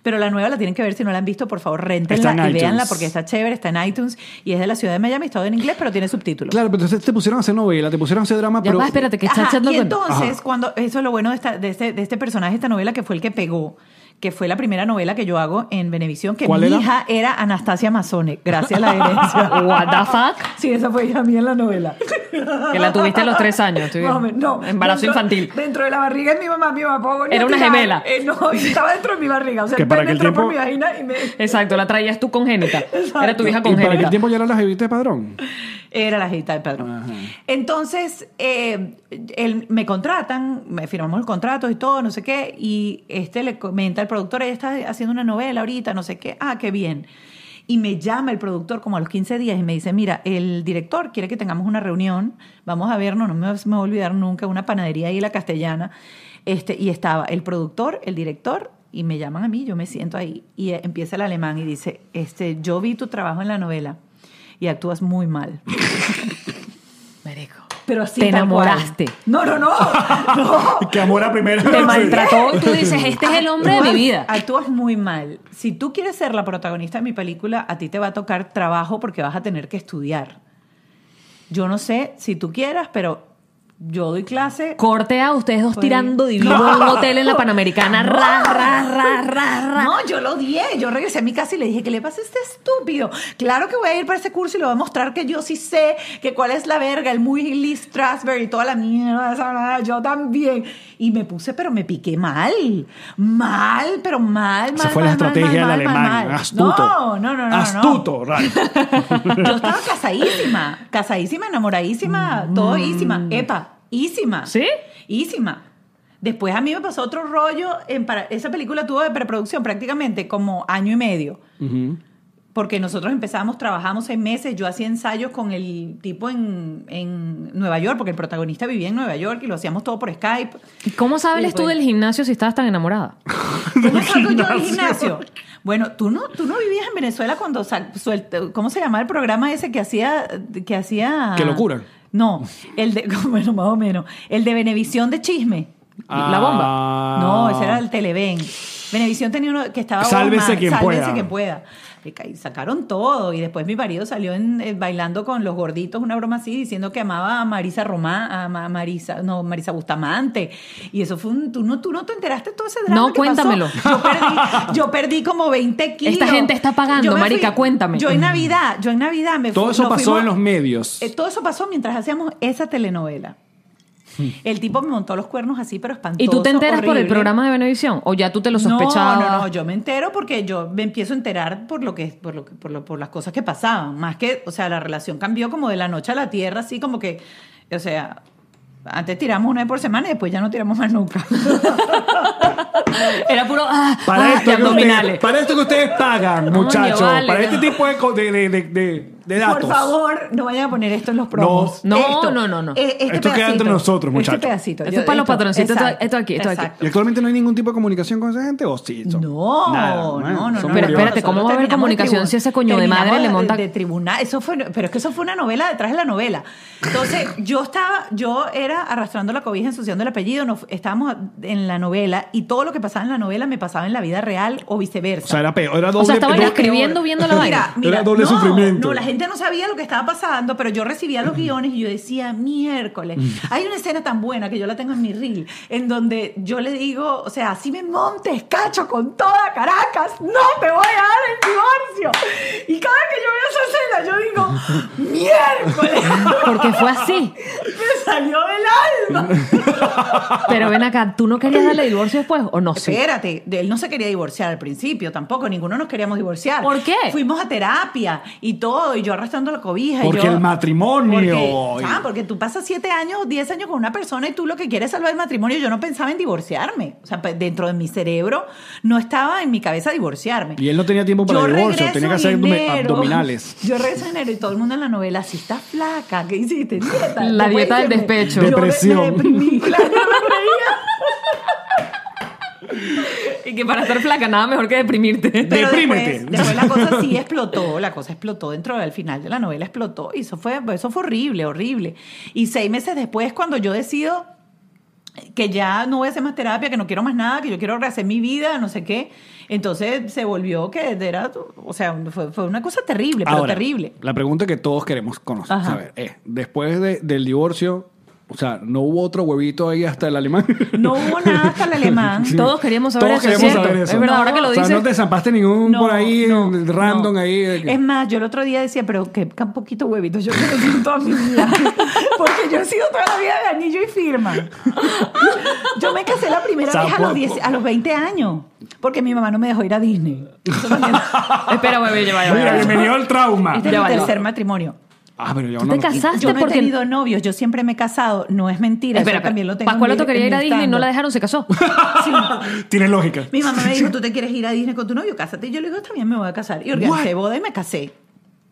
[SPEAKER 4] Pero la nueva la tienen que ver, si no la han visto, por favor,
[SPEAKER 3] Está
[SPEAKER 4] rentenla
[SPEAKER 3] en
[SPEAKER 4] y
[SPEAKER 3] iTunes.
[SPEAKER 4] véanla porque está chévere, está en iTunes y es de la ciudad de Miami, está en inglés, pero tiene subtítulos.
[SPEAKER 3] Claro, pero entonces te pusieron a hacer novela, te pusieron a hacer drama,
[SPEAKER 2] Ya
[SPEAKER 3] pero.
[SPEAKER 2] va, espérate, que está
[SPEAKER 4] Ajá,
[SPEAKER 2] echando
[SPEAKER 4] y
[SPEAKER 2] cuenta.
[SPEAKER 4] entonces,
[SPEAKER 3] Ajá.
[SPEAKER 4] cuando eso es lo bueno de, esta- de este, de este personaje, esta novela que fue el que pegó, que fue la primera novela que yo hago en Venevisión, que
[SPEAKER 3] ¿Cuál
[SPEAKER 4] mi
[SPEAKER 3] era?
[SPEAKER 4] hija era Anastasia Mazone, gracias a la herencia.
[SPEAKER 2] What the fuck?
[SPEAKER 4] Sí, esa fue ella mía en la novela.
[SPEAKER 2] Que la tuviste a los tres años, estoy bien.
[SPEAKER 4] No, me- no.
[SPEAKER 2] Embarazo
[SPEAKER 4] Dentro-
[SPEAKER 2] infantil.
[SPEAKER 4] Dentro de la barriga de mi mamá, mi mamá. ponía
[SPEAKER 2] Era una
[SPEAKER 4] tirada.
[SPEAKER 2] gemela.
[SPEAKER 4] Eh, no, y estaba dentro de mi barriga. O sea,
[SPEAKER 3] Que
[SPEAKER 4] el
[SPEAKER 3] para
[SPEAKER 4] pene
[SPEAKER 3] aquel
[SPEAKER 4] entró por mi
[SPEAKER 3] tiempo-
[SPEAKER 4] vagina y me...
[SPEAKER 2] Exacto, la traías tú congénita. Era tu hija
[SPEAKER 3] ¿Y para aquel
[SPEAKER 2] congénita.
[SPEAKER 3] tiempo ya era la jevita de padrón?
[SPEAKER 4] Era la jevita del Pedro.
[SPEAKER 3] Ajá.
[SPEAKER 4] Entonces, eh, él, me contratan, me firmamos el contrato y todo, no sé qué, y este le comenta al productor, ella está haciendo una novela ahorita, no sé qué, ah, qué bien. Y me llama el productor como a los 15 días y me dice, mira, el director quiere que tengamos una reunión, vamos a vernos, no me, vas- me voy a olvidar nunca, una panadería ahí, la castellana, este, y estaba el productor, el director, y me llaman a mí, yo me siento ahí, y eh, empieza el alemán y dice, este, yo vi tu trabajo en la novela y actúas muy mal.
[SPEAKER 2] Marico.
[SPEAKER 4] Pero así
[SPEAKER 2] Te
[SPEAKER 4] tal cual.
[SPEAKER 2] enamoraste.
[SPEAKER 4] No, no, no. no.
[SPEAKER 3] Que amor a primera
[SPEAKER 2] Te
[SPEAKER 3] vez.
[SPEAKER 2] maltrató y tú dices, este es el hombre de mi
[SPEAKER 4] Actúas-
[SPEAKER 2] vida.
[SPEAKER 4] Actúas muy mal. Si tú quieres ser la protagonista de mi película, a ti te va a tocar trabajo porque vas a tener que estudiar. Yo no sé si tú quieras, pero yo doy clase.
[SPEAKER 2] Corte a ustedes dos
[SPEAKER 4] Pues-
[SPEAKER 2] tirando divino en un hotel en la Panamericana. Ra, ra, ra, ra, ra.
[SPEAKER 4] No, yo lo odié. Yo regresé a mi casa y le dije, ¿qué le pasa a este estúpido? Claro que voy a ir para ese curso y le voy a mostrar que yo sí sé, que cuál es la verga, el muy Lee Strasberg y toda la mierda, esa nada, yo también. Y me puse, pero me piqué mal. Mal, pero mal, mal.
[SPEAKER 3] Esa fue la
[SPEAKER 4] mal, mal,
[SPEAKER 3] estrategia
[SPEAKER 4] mal,
[SPEAKER 3] del
[SPEAKER 4] mal,
[SPEAKER 3] alemán.
[SPEAKER 4] mal.
[SPEAKER 3] Astuto.
[SPEAKER 4] No, no, no, no. no.
[SPEAKER 3] Astuto, Ralph.
[SPEAKER 4] Yo estaba casadísima, casadísima, enamoradísima, todo
[SPEAKER 3] Mm.
[SPEAKER 4] ísima, epa, ísima.
[SPEAKER 2] ¿Sí?
[SPEAKER 4] Ísima. Después a mí me pasó otro rollo, en para, esa película tuvo de preproducción prácticamente como año y medio,
[SPEAKER 3] Ujú.
[SPEAKER 4] porque nosotros empezamos, trabajamos seis meses, yo hacía ensayos con el tipo en, en Nueva York, porque el protagonista vivía en Nueva York y lo hacíamos todo por Skype.
[SPEAKER 2] ¿Y cómo sabes
[SPEAKER 4] Sí,
[SPEAKER 2] tú
[SPEAKER 4] pues.
[SPEAKER 2] del gimnasio si estabas tan enamorada?
[SPEAKER 4] ¿Cómo salgo yo del gimnasio? Bueno, tú no, tú no vivías en Venezuela cuando sal- suelta- ¿cómo se llamaba el programa ese que hacía, que hacía?
[SPEAKER 3] ¿Qué locura?
[SPEAKER 4] No, el de, bueno, más o menos, el de Venevisión de chisme.
[SPEAKER 2] La bomba.
[SPEAKER 3] Ah.
[SPEAKER 4] No, ese era el Televen. Venevisión tenía uno que estaba
[SPEAKER 3] Sálvese
[SPEAKER 4] Obama,
[SPEAKER 3] quien
[SPEAKER 4] sálvese
[SPEAKER 3] pueda.
[SPEAKER 4] quien pueda. Marica, Y sacaron todo. Y después mi marido salió en- eh, bailando con los gorditos, una broma así, diciendo que amaba a Marisa Romá, a Ma- Marisa, no, Marisa Bustamante. Y eso fue un. Tú no, tú no te enteraste de todo ese drama.
[SPEAKER 2] No,
[SPEAKER 4] que
[SPEAKER 2] cuéntamelo.
[SPEAKER 4] pasó? Yo perdí, yo perdí como 20 kilos.
[SPEAKER 2] Esta gente está pagando,
[SPEAKER 4] Yo me
[SPEAKER 2] marica, cuéntame.
[SPEAKER 4] Yo en Navidad, yo en Navidad me
[SPEAKER 3] Todo
[SPEAKER 4] fui-
[SPEAKER 3] eso
[SPEAKER 4] nos
[SPEAKER 3] pasó
[SPEAKER 4] fuimos-
[SPEAKER 3] en los medios.
[SPEAKER 4] eh, todo eso pasó mientras hacíamos esa telenovela.
[SPEAKER 3] Hmm.
[SPEAKER 4] El tipo me montó los cuernos así, pero espantoso.
[SPEAKER 2] ¿Y tú te enteras por el
[SPEAKER 4] horrible.
[SPEAKER 2] programa de Venevisión? ¿O ya tú te lo sospechabas?
[SPEAKER 4] No, no, no, yo me entero porque yo me empiezo a enterar por lo que por lo que por, lo- por las cosas que pasaban, más que, o sea, la relación cambió como de la noche a la tierra, así como que o sea, antes tiramos una vez por semana y después ya no tiramos más nunca.
[SPEAKER 2] Era puro ah,
[SPEAKER 3] Para
[SPEAKER 2] ah,
[SPEAKER 3] esto,
[SPEAKER 2] y
[SPEAKER 3] que ustedes,
[SPEAKER 2] abdominales.
[SPEAKER 3] para esto que ustedes pagan, muchachos.
[SPEAKER 2] vale,
[SPEAKER 3] para
[SPEAKER 2] no.
[SPEAKER 3] este tipo de, co- de, de- de- de- de datos.
[SPEAKER 4] Por favor, no vayan a poner esto en los promos.
[SPEAKER 2] No,
[SPEAKER 4] Esto,
[SPEAKER 2] no, no, no.
[SPEAKER 4] eh, este
[SPEAKER 3] Esto queda
[SPEAKER 4] pedacito,
[SPEAKER 3] entre nosotros, muchachos.
[SPEAKER 4] Este pedacito.
[SPEAKER 2] Esto
[SPEAKER 4] Yo-
[SPEAKER 2] es para los patroncitos, esto-
[SPEAKER 4] exacto,
[SPEAKER 2] esto aquí, esto aquí.
[SPEAKER 4] exacto.
[SPEAKER 3] Y actualmente no hay ningún tipo de comunicación con esa gente, o sí. son-
[SPEAKER 4] No,
[SPEAKER 3] Nada,
[SPEAKER 4] no,
[SPEAKER 3] man,
[SPEAKER 4] no, no,
[SPEAKER 3] son
[SPEAKER 4] no.
[SPEAKER 2] Pero
[SPEAKER 3] curiosos.
[SPEAKER 2] espérate, ¿cómo va a haber
[SPEAKER 4] Nosotros terminamos
[SPEAKER 2] comunicación
[SPEAKER 4] de
[SPEAKER 2] si ese coño de
[SPEAKER 4] terminamos
[SPEAKER 2] madre le monta-
[SPEAKER 4] De, de tribunal, eso fue, pero es que eso fue una novela detrás de la novela. Entonces, yo estaba, yo era arrastrando la cobija, ensuciando el apellido, nos- estábamos en la novela y todo lo que pasaba en la novela me pasaba en la vida real o viceversa.
[SPEAKER 3] O sea, era peor. Era doble,
[SPEAKER 2] O sea, estaban
[SPEAKER 3] doble-
[SPEAKER 4] Era
[SPEAKER 2] escribiendo,
[SPEAKER 4] peor.
[SPEAKER 2] viendo la vaina.
[SPEAKER 4] Mira, mira,
[SPEAKER 3] Era doble
[SPEAKER 4] no,
[SPEAKER 3] sufrimiento.
[SPEAKER 4] No, la gente no sabía lo que estaba pasando, pero yo recibía los guiones y yo decía, miércoles. Hay una escena tan buena que yo la tengo en mi reel, en donde yo le digo, o sea, si me montes, cacho, con toda Caracas, no te voy a dar el divorcio. Y cada que yo veo esa escena, yo digo, miércoles.
[SPEAKER 2] Porque fue así.
[SPEAKER 4] Me salió del alma.
[SPEAKER 2] Pero ven acá, ¿tú no querías darle divorcio después o no? Sí.
[SPEAKER 4] Espérate, de él no se quería divorciar al principio tampoco, ninguno nos queríamos divorciar.
[SPEAKER 2] ¿Por qué?
[SPEAKER 4] Fuimos a terapia y todo, y yo arrastrando la cobija. y
[SPEAKER 3] Porque
[SPEAKER 4] yo-
[SPEAKER 3] el matrimonio.
[SPEAKER 4] Porque, ah, porque tú pasas siete años, diez años con una persona y tú lo que quieres es salvar el matrimonio. Yo no pensaba en divorciarme. O sea, pe- dentro de mi cerebro no estaba en mi cabeza divorciarme.
[SPEAKER 3] Y él no tenía tiempo para
[SPEAKER 4] Yo
[SPEAKER 3] el divorcio,
[SPEAKER 4] regreso
[SPEAKER 3] tenía que
[SPEAKER 4] en
[SPEAKER 3] hacer abdome-
[SPEAKER 4] enero.
[SPEAKER 3] abdominales.
[SPEAKER 4] Yo regreso en enero y todo el mundo en la novela, si estás flaca, ¿qué hiciste? Dieta.
[SPEAKER 2] La
[SPEAKER 4] Después
[SPEAKER 2] dieta del
[SPEAKER 4] diciembre,
[SPEAKER 2] despecho.
[SPEAKER 4] yo me-
[SPEAKER 3] Depresión.
[SPEAKER 4] me deprimí, claro, no me creía.
[SPEAKER 2] Y que para estar flaca nada mejor que deprimirte.
[SPEAKER 4] Pero
[SPEAKER 3] Deprímete.
[SPEAKER 4] después, después la cosa sí explotó, la cosa explotó dentro del final de la novela, explotó. Y eso fue, eso fue horrible, horrible. Y seis meses después, cuando yo decido que ya no voy a hacer más terapia, que no quiero más nada, que yo quiero rehacer mi vida, no sé qué. Entonces se volvió que era, o sea, fue, fue una cosa terrible, pero
[SPEAKER 3] Ahora,
[SPEAKER 4] terrible.
[SPEAKER 3] La pregunta que todos queremos conocer,
[SPEAKER 4] Ajá.
[SPEAKER 3] saber, es, después de- del divorcio, o sea, ¿no hubo otro huevito ahí hasta el alemán?
[SPEAKER 4] No hubo nada hasta el alemán.
[SPEAKER 3] Sí.
[SPEAKER 2] Todos queríamos saber
[SPEAKER 3] Todos
[SPEAKER 2] eso, es
[SPEAKER 3] queremos
[SPEAKER 2] cierto.
[SPEAKER 3] saber
[SPEAKER 2] Es
[SPEAKER 3] eso.
[SPEAKER 2] verdad, ahora que lo
[SPEAKER 3] o sea,
[SPEAKER 2] dices-
[SPEAKER 3] no te zampaste ningún
[SPEAKER 4] No,
[SPEAKER 3] por ahí
[SPEAKER 4] no,
[SPEAKER 3] eh, random
[SPEAKER 4] no.
[SPEAKER 3] ahí. de que-
[SPEAKER 4] Es más, yo el otro día decía, pero qué tan poquito huevito yo que en toda mi vida. Porque yo he sido toda la vida de anillo y firma. Yo me casé la primera vez a los, 10 a los 20 años. Porque mi mamá no me dejó ir a Disney. Eso también-
[SPEAKER 2] Espera, güey, ya va, ya va,
[SPEAKER 3] Mira,
[SPEAKER 2] ya va.
[SPEAKER 3] bienvenido al trauma.
[SPEAKER 4] Este
[SPEAKER 2] Ya
[SPEAKER 4] es
[SPEAKER 2] va,
[SPEAKER 4] mi
[SPEAKER 2] ya va.
[SPEAKER 4] tercer matrimonio.
[SPEAKER 3] Ah, pero yo
[SPEAKER 2] ¿Tú
[SPEAKER 3] no.
[SPEAKER 2] te casaste
[SPEAKER 4] Yo no
[SPEAKER 2] porque-
[SPEAKER 4] he tenido novios, yo siempre me he casado. No es mentira,
[SPEAKER 2] Espera,
[SPEAKER 4] eso también
[SPEAKER 2] espera.
[SPEAKER 4] lo tengo. en mi-
[SPEAKER 2] Pascualoto quería
[SPEAKER 4] en
[SPEAKER 2] ir a
[SPEAKER 4] mi
[SPEAKER 2] Disney, no la dejaron,
[SPEAKER 4] stand-up.
[SPEAKER 2] se casó.
[SPEAKER 3] Tiene lógica.
[SPEAKER 4] Mi mamá me dijo, ¿tú te quieres ir a Disney con tu novio? Cásate. Y yo le digo, también me voy a casar. Y organizé
[SPEAKER 3] What?
[SPEAKER 4] boda y me casé.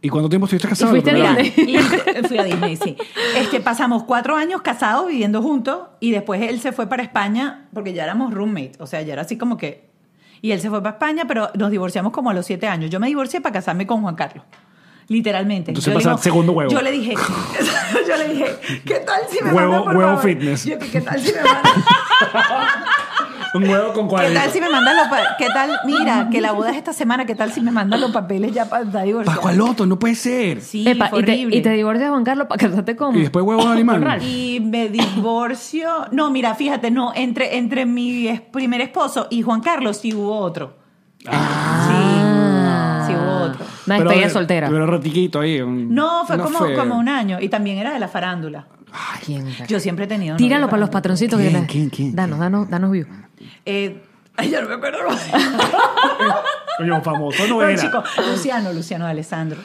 [SPEAKER 3] ¿Y cuánto tiempo estuviste casado?
[SPEAKER 2] fuiste a
[SPEAKER 3] Pero,
[SPEAKER 2] Disney?
[SPEAKER 3] mira,
[SPEAKER 4] Listo, Fui a Disney, sí. Este, pasamos cuatro años casados viviendo juntos y después él se fue para España porque ya éramos roommate, o sea, ya era así como que... Y él se fue para España, pero nos divorciamos como a los siete años. Yo me divorcié para casarme con Juan Carlos. Literalmente.
[SPEAKER 3] Entonces
[SPEAKER 4] Yo le
[SPEAKER 3] pasa
[SPEAKER 4] digo-
[SPEAKER 3] segundo huevo.
[SPEAKER 4] Yo le dije, yo le dije, ¿qué tal si me
[SPEAKER 3] Huevo-
[SPEAKER 4] manda por
[SPEAKER 3] huevo
[SPEAKER 4] favor?
[SPEAKER 3] fitness.
[SPEAKER 4] Yo, ¿qué tal si me manda?
[SPEAKER 3] Un huevo con
[SPEAKER 4] ¿Qué
[SPEAKER 3] cuadritos.
[SPEAKER 4] tal si me manda los pa- ¿Qué tal? Mira, que la boda es esta semana, ¿qué tal si me mandan los papeles ya para estar divorciado?
[SPEAKER 3] Pascualoto, no puede ser.
[SPEAKER 4] Sí,
[SPEAKER 2] Epa,
[SPEAKER 4] fue
[SPEAKER 2] y, te,
[SPEAKER 4] horrible.
[SPEAKER 2] y te divorcias, Juan Carlos, para casarte con.
[SPEAKER 3] Y después huevos de alemán.
[SPEAKER 2] Con Ralph.
[SPEAKER 4] Y me divorcio. No, mira, fíjate, no, entre, entre mi es- primer esposo y Juan Carlos sí hubo otro.
[SPEAKER 3] Ah.
[SPEAKER 4] Sí, sí hubo otro.
[SPEAKER 2] Una
[SPEAKER 3] Pero-
[SPEAKER 2] despedida soltera.
[SPEAKER 3] Pero ratiquito ahí. un-
[SPEAKER 4] No, fue
[SPEAKER 3] no
[SPEAKER 4] como,
[SPEAKER 3] fue-
[SPEAKER 4] como un año. Y también era de la farándula.
[SPEAKER 2] ¿Quién?
[SPEAKER 4] Yo siempre he tenido.
[SPEAKER 2] Tíralo
[SPEAKER 4] novio
[SPEAKER 2] para los
[SPEAKER 4] farándula.
[SPEAKER 2] patroncitos que
[SPEAKER 3] ¿Quién,
[SPEAKER 2] la-
[SPEAKER 3] quién, quién?
[SPEAKER 2] Danos, danos, danos view.
[SPEAKER 4] Eh, ay, ya no me acuerdo.
[SPEAKER 3] Coño, famoso no
[SPEAKER 4] No,
[SPEAKER 3] era.
[SPEAKER 4] chico, Luciano, Luciano de Alessandro.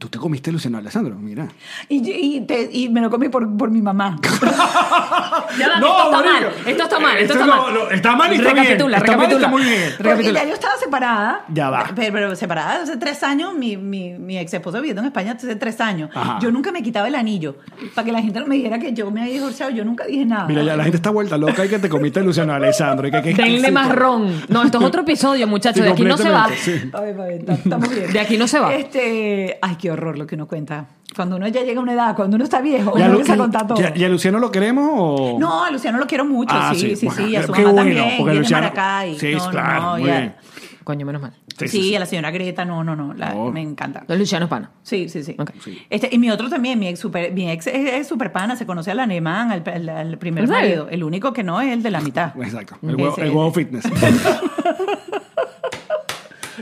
[SPEAKER 3] Tú te comiste a Luciano Alessandro, mira.
[SPEAKER 4] Y, yo- y, te- y me lo comí por, por mi mamá.
[SPEAKER 2] esto está mal.
[SPEAKER 3] marico.
[SPEAKER 2] Esto está mal. Esto
[SPEAKER 3] Esto
[SPEAKER 2] está
[SPEAKER 3] no,
[SPEAKER 2] mal.
[SPEAKER 3] no, está mal y está bien.
[SPEAKER 2] Recapitula,
[SPEAKER 3] Está mal y está
[SPEAKER 2] recapitula.
[SPEAKER 3] muy bien.
[SPEAKER 4] Porque
[SPEAKER 3] Recapitula.
[SPEAKER 4] ya yo estaba separada.
[SPEAKER 3] Ya va.
[SPEAKER 4] Pero, pero separada hace tres años. Mi, mi, mi ex esposo viviendo en España hace tres años.
[SPEAKER 3] Ajá.
[SPEAKER 4] Yo nunca me quitaba el anillo. Para que la gente no me dijera que yo me había divorciado. Yo nunca dije nada.
[SPEAKER 3] Mira, ya la gente está vuelta loca y que te comiste a Luciano Alessandro. Y que, que,
[SPEAKER 2] Denle
[SPEAKER 3] que-
[SPEAKER 2] más ron. No, esto es otro episodio, muchachos.
[SPEAKER 3] Sí,
[SPEAKER 2] de aquí no se va.
[SPEAKER 3] completamente, sí.
[SPEAKER 4] A ver, a ver, ta- estamos bien.
[SPEAKER 2] De aquí no se va.
[SPEAKER 4] Este, ay, qué horror lo que uno cuenta. Cuando uno ya llega a una edad, cuando uno está viejo,
[SPEAKER 3] ¿Y a
[SPEAKER 4] uno
[SPEAKER 3] Lu-
[SPEAKER 4] empieza a contar todo.
[SPEAKER 3] y a- ¿Y a Luciano lo queremos o...?
[SPEAKER 4] No, a Luciano lo quiero mucho,
[SPEAKER 3] Ah,
[SPEAKER 4] sí, sí,
[SPEAKER 3] sí,
[SPEAKER 4] sí,
[SPEAKER 3] bueno,
[SPEAKER 4] y a su
[SPEAKER 3] qué
[SPEAKER 4] mamá
[SPEAKER 3] bueno,
[SPEAKER 4] también,
[SPEAKER 3] porque
[SPEAKER 4] viene
[SPEAKER 3] Luciano-
[SPEAKER 4] para acá y
[SPEAKER 3] sí,
[SPEAKER 4] no, no,
[SPEAKER 3] claro,
[SPEAKER 4] no,
[SPEAKER 3] muy
[SPEAKER 4] ya.
[SPEAKER 3] bien.
[SPEAKER 2] Coño, menos mal.
[SPEAKER 4] Sí, a la señora Greta, no, no, no, la-
[SPEAKER 3] No.
[SPEAKER 4] me encanta.
[SPEAKER 2] Los Lucianos Pana.
[SPEAKER 4] Sí, sí, sí.
[SPEAKER 2] Ok.
[SPEAKER 4] Este, y mi otro también, mi ex, super, mi ex es, es super pana, se conoce al alemán, al, al- al primer
[SPEAKER 2] ¿En serio?
[SPEAKER 4] marido. El único que no es el de la mitad.
[SPEAKER 3] Exacto. El huevo,
[SPEAKER 4] Ese-
[SPEAKER 3] el huevo fitness.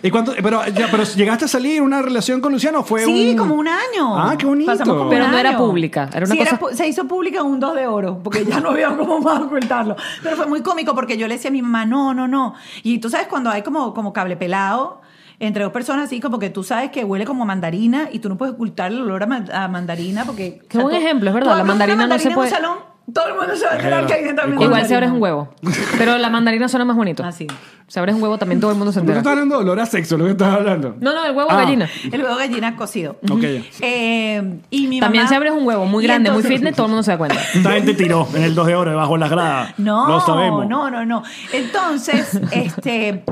[SPEAKER 3] ¿Y cuánto, pero, ya, pero llegaste a salir una relación con Luciano? ¿Fue
[SPEAKER 4] Sí,
[SPEAKER 3] un-
[SPEAKER 4] como un año.
[SPEAKER 3] Ah, qué bonito.
[SPEAKER 4] Pasamos como
[SPEAKER 2] Pero
[SPEAKER 4] un
[SPEAKER 2] no era
[SPEAKER 4] año.
[SPEAKER 2] pública, era una
[SPEAKER 4] Sí,
[SPEAKER 2] cosa-
[SPEAKER 4] pu- se hizo pública un 2 de oro, porque ya no había cómo más ocultarlo. Pero fue muy cómico porque yo le decía a mi mamá, no, no, no. Y tú sabes cuando hay como, como cable pelado entre dos personas así, como que tú sabes que huele como mandarina y tú no puedes ocultar el olor a, ma- a mandarina porque...
[SPEAKER 2] Qué buen
[SPEAKER 4] tú-
[SPEAKER 2] ejemplo, es verdad,
[SPEAKER 4] tú
[SPEAKER 2] la
[SPEAKER 4] abres una
[SPEAKER 2] mandarina no se
[SPEAKER 4] en un
[SPEAKER 2] puede-
[SPEAKER 4] salón todo el mundo se va a enterar
[SPEAKER 3] Claro.
[SPEAKER 4] que alguien también.
[SPEAKER 3] Con
[SPEAKER 2] Igual si
[SPEAKER 4] se
[SPEAKER 2] abres un huevo. Pero la mandarina suena más bonito.
[SPEAKER 4] Así.
[SPEAKER 2] Si abres un huevo también todo el mundo se
[SPEAKER 3] ¿Por qué
[SPEAKER 2] entera.
[SPEAKER 3] estás hablando de olor a sexo? ¿Lo que estás hablando?
[SPEAKER 2] No, no, el huevo
[SPEAKER 3] Ah.
[SPEAKER 2] gallina.
[SPEAKER 4] El huevo gallina cocido.
[SPEAKER 3] Ok.
[SPEAKER 4] Eh, y mi
[SPEAKER 2] También
[SPEAKER 4] mamá-
[SPEAKER 2] si abres un huevo muy
[SPEAKER 4] Y
[SPEAKER 2] grande, muy
[SPEAKER 4] entonces-
[SPEAKER 2] fitness, todo el mundo se da cuenta.
[SPEAKER 1] Esta gente tiró en el 2 de oro debajo de las gradas.
[SPEAKER 4] No,
[SPEAKER 1] Lo sabemos.
[SPEAKER 4] no, no, no. Entonces, este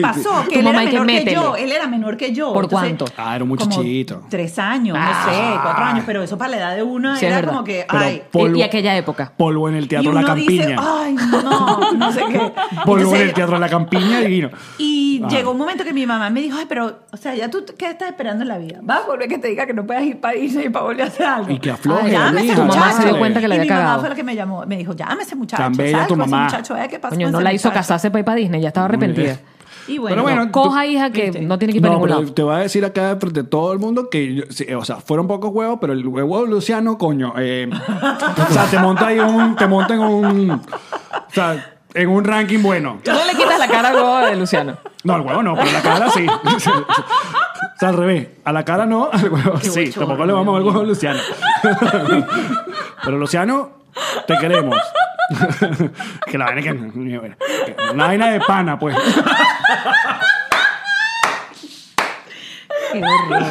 [SPEAKER 4] pasó
[SPEAKER 2] Tu
[SPEAKER 4] que él era
[SPEAKER 2] mamá y que
[SPEAKER 4] menor que
[SPEAKER 2] métele.
[SPEAKER 4] yo. Él era menor que yo.
[SPEAKER 2] ¿Por
[SPEAKER 4] Entonces,
[SPEAKER 2] cuánto? Ah.
[SPEAKER 3] Ah, era un
[SPEAKER 4] como
[SPEAKER 3] muchachito.
[SPEAKER 4] Tres años, no sé, cuatro años, pero eso para la edad de uno
[SPEAKER 2] Sí, es
[SPEAKER 4] era
[SPEAKER 2] verdad.
[SPEAKER 4] como que,
[SPEAKER 3] Pero
[SPEAKER 4] ay.
[SPEAKER 3] polvo.
[SPEAKER 2] Y, y aquella época.
[SPEAKER 3] Polvo en el
[SPEAKER 4] y
[SPEAKER 3] teatro
[SPEAKER 4] uno
[SPEAKER 3] La Campiña.
[SPEAKER 4] dice,
[SPEAKER 2] "Ah".
[SPEAKER 4] ay, no, no sé qué.
[SPEAKER 3] Polvo
[SPEAKER 4] Entonces,
[SPEAKER 3] en el teatro Ah. La Campiña divino.
[SPEAKER 4] Y llegó un momento que mi mamá me dijo, ay, pero, o sea, ya tú, ¿qué estás esperando en la vida? Vas a volver que te diga que no puedas ir para irse y para volver a hacer algo.
[SPEAKER 3] Y que afloje,
[SPEAKER 4] Ay, llámame
[SPEAKER 3] mija,
[SPEAKER 4] ese
[SPEAKER 3] Tu
[SPEAKER 4] muchacho.
[SPEAKER 3] mamá se dio
[SPEAKER 2] cuenta que la
[SPEAKER 4] y
[SPEAKER 2] había
[SPEAKER 4] mi mamá
[SPEAKER 2] cagado.
[SPEAKER 4] fue la que me llamó, me dijo, llámame ese muchacho.
[SPEAKER 3] Tan bella
[SPEAKER 4] ¿sabes?
[SPEAKER 3] tu
[SPEAKER 4] Con ese
[SPEAKER 3] mamá.
[SPEAKER 4] muchacho, eh, ¿qué pasó
[SPEAKER 2] Coño,
[SPEAKER 4] con
[SPEAKER 2] no
[SPEAKER 4] ese
[SPEAKER 2] la hizo
[SPEAKER 4] muchacho?
[SPEAKER 2] casarse para ir para Disney, ya estaba arrepentida.
[SPEAKER 4] Y bueno,
[SPEAKER 3] Pero bueno,
[SPEAKER 2] No, coja
[SPEAKER 3] tú-
[SPEAKER 2] hija que
[SPEAKER 4] Viste.
[SPEAKER 2] no tiene que ir para
[SPEAKER 3] No,
[SPEAKER 2] ningún
[SPEAKER 3] pero
[SPEAKER 2] lado.
[SPEAKER 3] te voy a decir acá frente a todo el mundo que, yo- sí, o sea, fueron pocos huevos, pero el huevo de Luciano, coño. eh, o sea, te monta ahí un. Te monta en un. O sea, en un ranking bueno.
[SPEAKER 2] Tú no le quitas la cara al huevo de Luciano.
[SPEAKER 3] No, al huevo no, pero a la cara sí. o sea, al revés. A la cara no, al huevo sí.
[SPEAKER 2] bochorno,
[SPEAKER 3] Tampoco le vamos al huevo a Luciano. pero Luciano, te queremos. que la vaina es que. que Una vaina de pana, pues.
[SPEAKER 4] Qué horrible.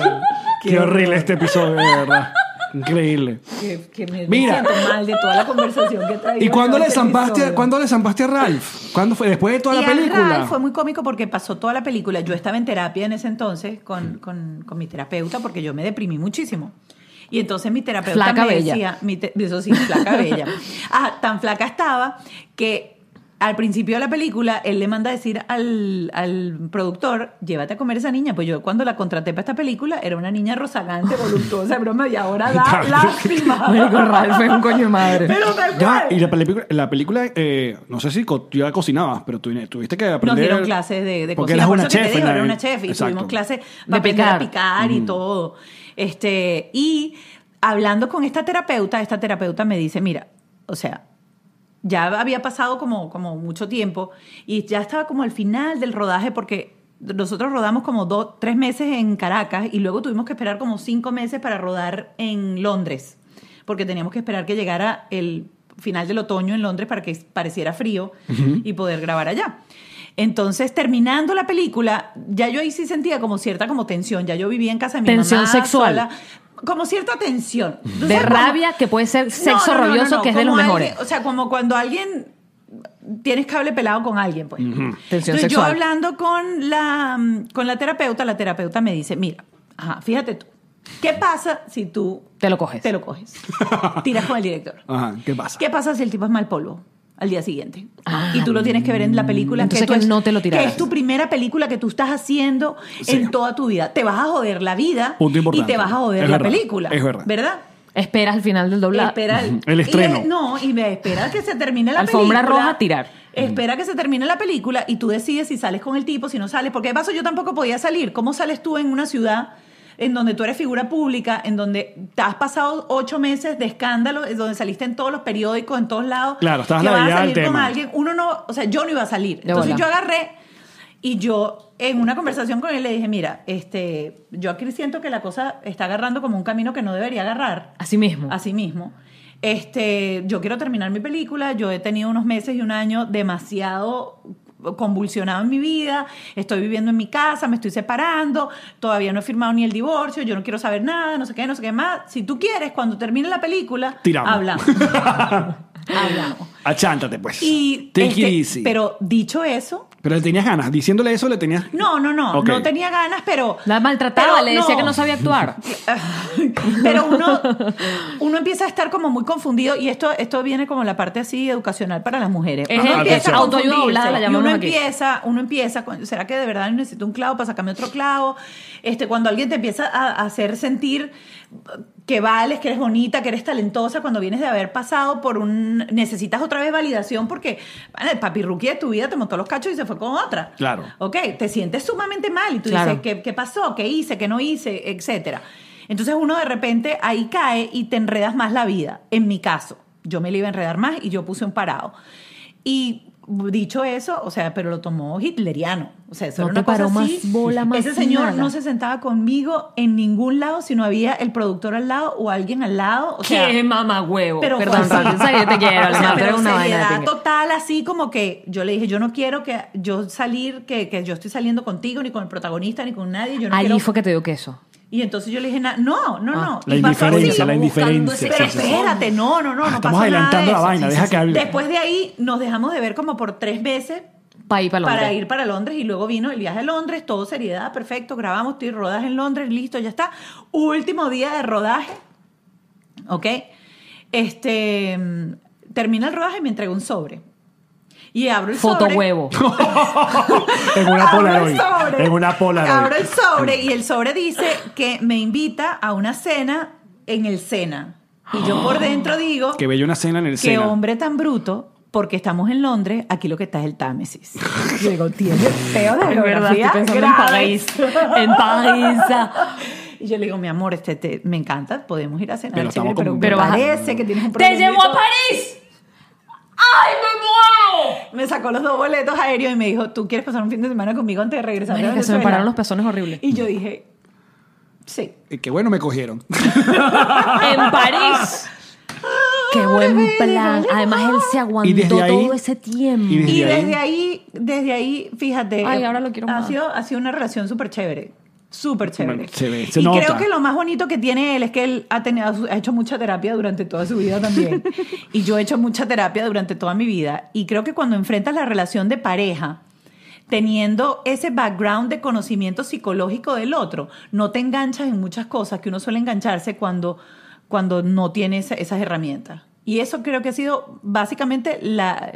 [SPEAKER 3] Qué horrible este episodio, de verdad. Increíble.
[SPEAKER 4] Que, que me, me
[SPEAKER 3] Mira.
[SPEAKER 4] siento mal de toda la conversación que traía.
[SPEAKER 3] ¿Y cuándo le, zampaste, a- cuándo le zampaste a Ralph? ¿Cuándo fue? ¿Después de toda
[SPEAKER 4] este y
[SPEAKER 3] la
[SPEAKER 4] al
[SPEAKER 3] película?
[SPEAKER 4] Ralph fue muy cómico porque pasó toda la película. Yo estaba en terapia en ese entonces con, con- con mi terapeuta porque yo me deprimí muchísimo. Y entonces mi terapeuta
[SPEAKER 2] Flaca
[SPEAKER 4] me
[SPEAKER 2] bella.
[SPEAKER 4] decía, mi te- eso sí, flaca bella. Ah, tan flaca estaba que al principio de la película él le manda a decir al, al productor, llévate a comer esa niña. Pues yo cuando la contraté para esta película era una niña rozagante, voluptuosa, broma, y ahora da lástima.
[SPEAKER 2] Marico, Ralph es un coño de madre.
[SPEAKER 4] Pero tal
[SPEAKER 3] Ya,
[SPEAKER 4] cual.
[SPEAKER 3] y la película, la película eh, no sé si co- tú ya cocinabas, pero tú, tuviste que aprender.
[SPEAKER 4] Nos dieron clases de, de
[SPEAKER 3] porque
[SPEAKER 4] cocina.
[SPEAKER 3] eras
[SPEAKER 4] Por
[SPEAKER 3] una
[SPEAKER 4] eso que
[SPEAKER 3] chef.
[SPEAKER 4] te digo,
[SPEAKER 3] en la-
[SPEAKER 4] era una chef. Y
[SPEAKER 3] Exacto. Mm.
[SPEAKER 4] tuvimos clases
[SPEAKER 2] De
[SPEAKER 4] para aprender a
[SPEAKER 2] picar.
[SPEAKER 4] picar y todo. Este, y hablando con esta terapeuta, esta terapeuta me dice, mira, o sea, ya había pasado como, como mucho tiempo y ya estaba como al final del rodaje porque nosotros rodamos como dos, tres meses en Caracas y luego tuvimos que esperar como cinco meses para rodar en Londres porque teníamos que esperar que llegara el final del otoño en Londres para que pareciera frío y poder grabar allá. Entonces, terminando la película, ya yo ahí sí sentía como cierta como tensión, ya yo vivía en casa de mi
[SPEAKER 2] Tensión
[SPEAKER 4] mamá
[SPEAKER 2] sexual.
[SPEAKER 4] sola, como cierta tensión. ¿Tú
[SPEAKER 2] De
[SPEAKER 4] sabes cómo-
[SPEAKER 2] rabia, que puede ser sexo
[SPEAKER 4] no, no, no,
[SPEAKER 2] rabioso,
[SPEAKER 4] no,
[SPEAKER 2] que es de los
[SPEAKER 4] como
[SPEAKER 2] mejores.
[SPEAKER 4] alguien- o sea, como cuando alguien tienes cable pelado con alguien, pues.
[SPEAKER 2] Tensión
[SPEAKER 4] Entonces, yo
[SPEAKER 2] sexual.
[SPEAKER 4] hablando con la, mm, con la terapeuta, la terapeuta me dice, mira, ajá, fíjate tú, ¿qué pasa si tú
[SPEAKER 2] Te lo coges.
[SPEAKER 4] te lo coges? Tiras con el director.
[SPEAKER 3] Ajá, ¿qué pasa?
[SPEAKER 4] ¿Qué pasa si el tipo es mal polvo? Al día siguiente. y tú lo tienes que ver en la película.
[SPEAKER 2] Ah, entonces
[SPEAKER 4] tú
[SPEAKER 2] que
[SPEAKER 4] es-
[SPEAKER 2] no te lo tiraras.
[SPEAKER 4] Que es tu primera película que tú estás haciendo en toda tu vida. Te vas a joder la vida
[SPEAKER 3] Punto
[SPEAKER 4] y
[SPEAKER 3] importante.
[SPEAKER 4] te vas a joder
[SPEAKER 3] Es
[SPEAKER 4] la
[SPEAKER 3] verdad,
[SPEAKER 4] película.
[SPEAKER 3] es verdad.
[SPEAKER 4] ¿Verdad?
[SPEAKER 2] Esperas al final del doblaje.
[SPEAKER 4] Espera el,
[SPEAKER 3] El estreno.
[SPEAKER 4] y me- no, y me espera que se termine la
[SPEAKER 2] Alfombra
[SPEAKER 4] película.
[SPEAKER 2] roja, tirar.
[SPEAKER 4] Espera que se termine la película y tú decides si sales con el tipo, si no sales. Porque de paso yo tampoco podía salir. ¿Cómo sales tú en una ciudad en donde tú eres figura pública, en donde te has pasado ocho meses de escándalo, en donde saliste en todos los periódicos, en todos lados?
[SPEAKER 3] Claro, estabas
[SPEAKER 4] que vas a
[SPEAKER 3] ladeada al
[SPEAKER 4] salir con
[SPEAKER 3] tema.
[SPEAKER 4] alguien. Uno no, o sea, yo no iba a salir.
[SPEAKER 2] De
[SPEAKER 4] Entonces
[SPEAKER 2] bola.
[SPEAKER 4] yo agarré y yo en una conversación con él le dije, mira, este, yo aquí siento que la cosa está agarrando como un camino que no debería agarrar.
[SPEAKER 2] Así mismo.
[SPEAKER 4] Así mismo. Este, yo quiero terminar mi película. Yo he tenido unos meses y un año demasiado convulsionado en mi vida. Estoy viviendo en mi casa, me estoy separando. Todavía no he firmado ni el divorcio. Yo no quiero saber nada, no sé qué, no sé qué más. Si tú quieres, cuando termine la película,
[SPEAKER 3] Tiramos.
[SPEAKER 4] hablamos. hablamos.
[SPEAKER 3] Achántate, pues.
[SPEAKER 4] Y
[SPEAKER 3] Take
[SPEAKER 4] este,
[SPEAKER 3] it easy. Pero,
[SPEAKER 4] pero dicho eso,
[SPEAKER 3] le tenías ganas. Diciéndole eso, le tenías.
[SPEAKER 4] no, no, no,
[SPEAKER 3] Ok.
[SPEAKER 4] no tenía ganas, pero
[SPEAKER 2] La maltrataba,
[SPEAKER 4] pero
[SPEAKER 2] le decía que no sabía actuar.
[SPEAKER 4] Pero uno, uno empieza a estar como muy confundido y esto, esto viene como la parte así educacional para las mujeres.
[SPEAKER 2] Es
[SPEAKER 4] uno
[SPEAKER 2] el-
[SPEAKER 4] empieza a
[SPEAKER 2] autoayuda
[SPEAKER 4] confundirse
[SPEAKER 2] doblada, la
[SPEAKER 4] y uno
[SPEAKER 2] llamamos aquí.
[SPEAKER 4] empieza, uno empieza, con, ¿será que de verdad necesito un clavo para sacarme otro clavo? Este, cuando alguien te empieza a, a hacer sentir que vales, que eres bonita, que eres talentosa, cuando vienes de haber pasado por un... Necesitas otra vez validación porque bueno, el papirruqui de tu vida te montó los cachos y se fue con otra.
[SPEAKER 3] Claro.
[SPEAKER 4] Ok, te sientes sumamente mal y tú
[SPEAKER 2] Claro.
[SPEAKER 4] dices, ¿qué, qué pasó? ¿Qué hice? ¿Qué no hice? Etcétera. Entonces uno de repente ahí cae y te enredas más la vida. En mi caso, yo me la iba a enredar más y yo puse un parado. Y dicho eso, o sea, pero lo tomó hitleriano. O sea, eso
[SPEAKER 2] No
[SPEAKER 4] era
[SPEAKER 2] te
[SPEAKER 4] una cosa
[SPEAKER 2] paró más
[SPEAKER 4] así.
[SPEAKER 2] bola, más
[SPEAKER 4] Ese señor
[SPEAKER 2] nada.
[SPEAKER 4] no se sentaba conmigo en ningún lado si no había el productor al lado o alguien al lado. O sea,
[SPEAKER 2] ¿Qué mamá huevo?
[SPEAKER 4] pero
[SPEAKER 2] Perdón,
[SPEAKER 4] fue así.
[SPEAKER 2] Rafa, sabes que te quiero,
[SPEAKER 4] O
[SPEAKER 2] le
[SPEAKER 4] sea,
[SPEAKER 2] mandé
[SPEAKER 4] pero
[SPEAKER 2] una vaina de
[SPEAKER 4] seriedad
[SPEAKER 2] pinga.
[SPEAKER 4] total, así como que yo le dije, yo no quiero que yo salir, que, que yo estoy saliendo contigo, ni con el protagonista, ni con nadie. Yo no
[SPEAKER 2] Allí
[SPEAKER 4] quiero-
[SPEAKER 2] fue que te dio queso.
[SPEAKER 4] Y entonces yo le dije, na- no, no, no.
[SPEAKER 2] Ah,
[SPEAKER 1] La
[SPEAKER 4] Y pasó así.
[SPEAKER 1] indiferencia, la indiferencia.
[SPEAKER 4] Pero
[SPEAKER 1] Sí, sí, sí.
[SPEAKER 4] espérate, no, no, no,
[SPEAKER 1] Ah,
[SPEAKER 4] no
[SPEAKER 1] estamos
[SPEAKER 4] pasa nada
[SPEAKER 1] adelantando
[SPEAKER 4] de
[SPEAKER 1] la
[SPEAKER 4] eso.
[SPEAKER 1] vaina, deja que hable.
[SPEAKER 4] Después de ahí nos dejamos de ver como por tres veces
[SPEAKER 2] Pa' ir pa' Londres.
[SPEAKER 4] para ir para Londres y luego vino el viaje a Londres, todo seriedad, perfecto, grabamos, estoy rodaje en Londres, listo, ya está. Último día de rodaje, ¿ok? Este, mm, termina el rodaje y me entrega un sobre. Y abro el
[SPEAKER 2] Foto
[SPEAKER 4] sobre.
[SPEAKER 2] huevo.
[SPEAKER 1] En una
[SPEAKER 4] Abro
[SPEAKER 1] Polaroid.
[SPEAKER 4] el sobre.
[SPEAKER 1] En una Polaroid.
[SPEAKER 4] Abro el sobre y el sobre dice que me invita a una cena en el Sena. Y yo por dentro digo,
[SPEAKER 3] Mm, Que veía una cena en el
[SPEAKER 4] qué
[SPEAKER 3] Sena.
[SPEAKER 4] hombre tan bruto, porque estamos en Londres, aquí lo que está es el Támesis. Yo digo, tiene feo de
[SPEAKER 2] Es Ah, verdad, estoy
[SPEAKER 4] geografía
[SPEAKER 2] pensando en
[SPEAKER 4] grave".
[SPEAKER 2] París. En París. ah.
[SPEAKER 4] Y yo le digo, mi amor, este, te- me encanta, podemos ir a cenar,
[SPEAKER 3] Pero
[SPEAKER 4] chévere,
[SPEAKER 3] estamos
[SPEAKER 4] pero,
[SPEAKER 3] con-
[SPEAKER 4] pero
[SPEAKER 2] Pero vas a-
[SPEAKER 4] parece que tienes un
[SPEAKER 2] ¡Te
[SPEAKER 4] problema.
[SPEAKER 2] llevo a París! ¡Ay, me muero!
[SPEAKER 4] Me sacó los dos boletos aéreos y me dijo, ¿tú quieres pasar un fin de semana conmigo antes de regresar? a
[SPEAKER 2] Marica, se me
[SPEAKER 4] Venezuela?".
[SPEAKER 2] pararon los pezones horribles.
[SPEAKER 4] Y yo dije, sí.
[SPEAKER 3] Y Eh, Qué bueno me cogieron.
[SPEAKER 2] en París. Qué buen plan. Además, él se aguantó
[SPEAKER 3] Y desde ahí-
[SPEAKER 2] todo ese tiempo.
[SPEAKER 3] y desde-
[SPEAKER 4] Y
[SPEAKER 3] ahí?
[SPEAKER 4] desde ahí, desde ahí, fíjate.
[SPEAKER 2] Ay,
[SPEAKER 4] eh,
[SPEAKER 2] ahora lo quiero
[SPEAKER 4] ha
[SPEAKER 2] más.
[SPEAKER 4] Sido, ha sido una relación súper chévere. Súper chévere.
[SPEAKER 3] Bueno, se ve, se
[SPEAKER 4] y
[SPEAKER 3] nota.
[SPEAKER 4] creo que lo más bonito que tiene él es que él ha, tenido, ha hecho mucha terapia durante toda su vida también. y yo he hecho mucha terapia durante toda mi vida. Y creo que cuando enfrentas la relación de pareja, teniendo ese background de conocimiento psicológico del otro, no te enganchas en muchas cosas que uno suele engancharse cuando, cuando no tiene esa- esas herramientas. Y eso creo que ha sido básicamente la,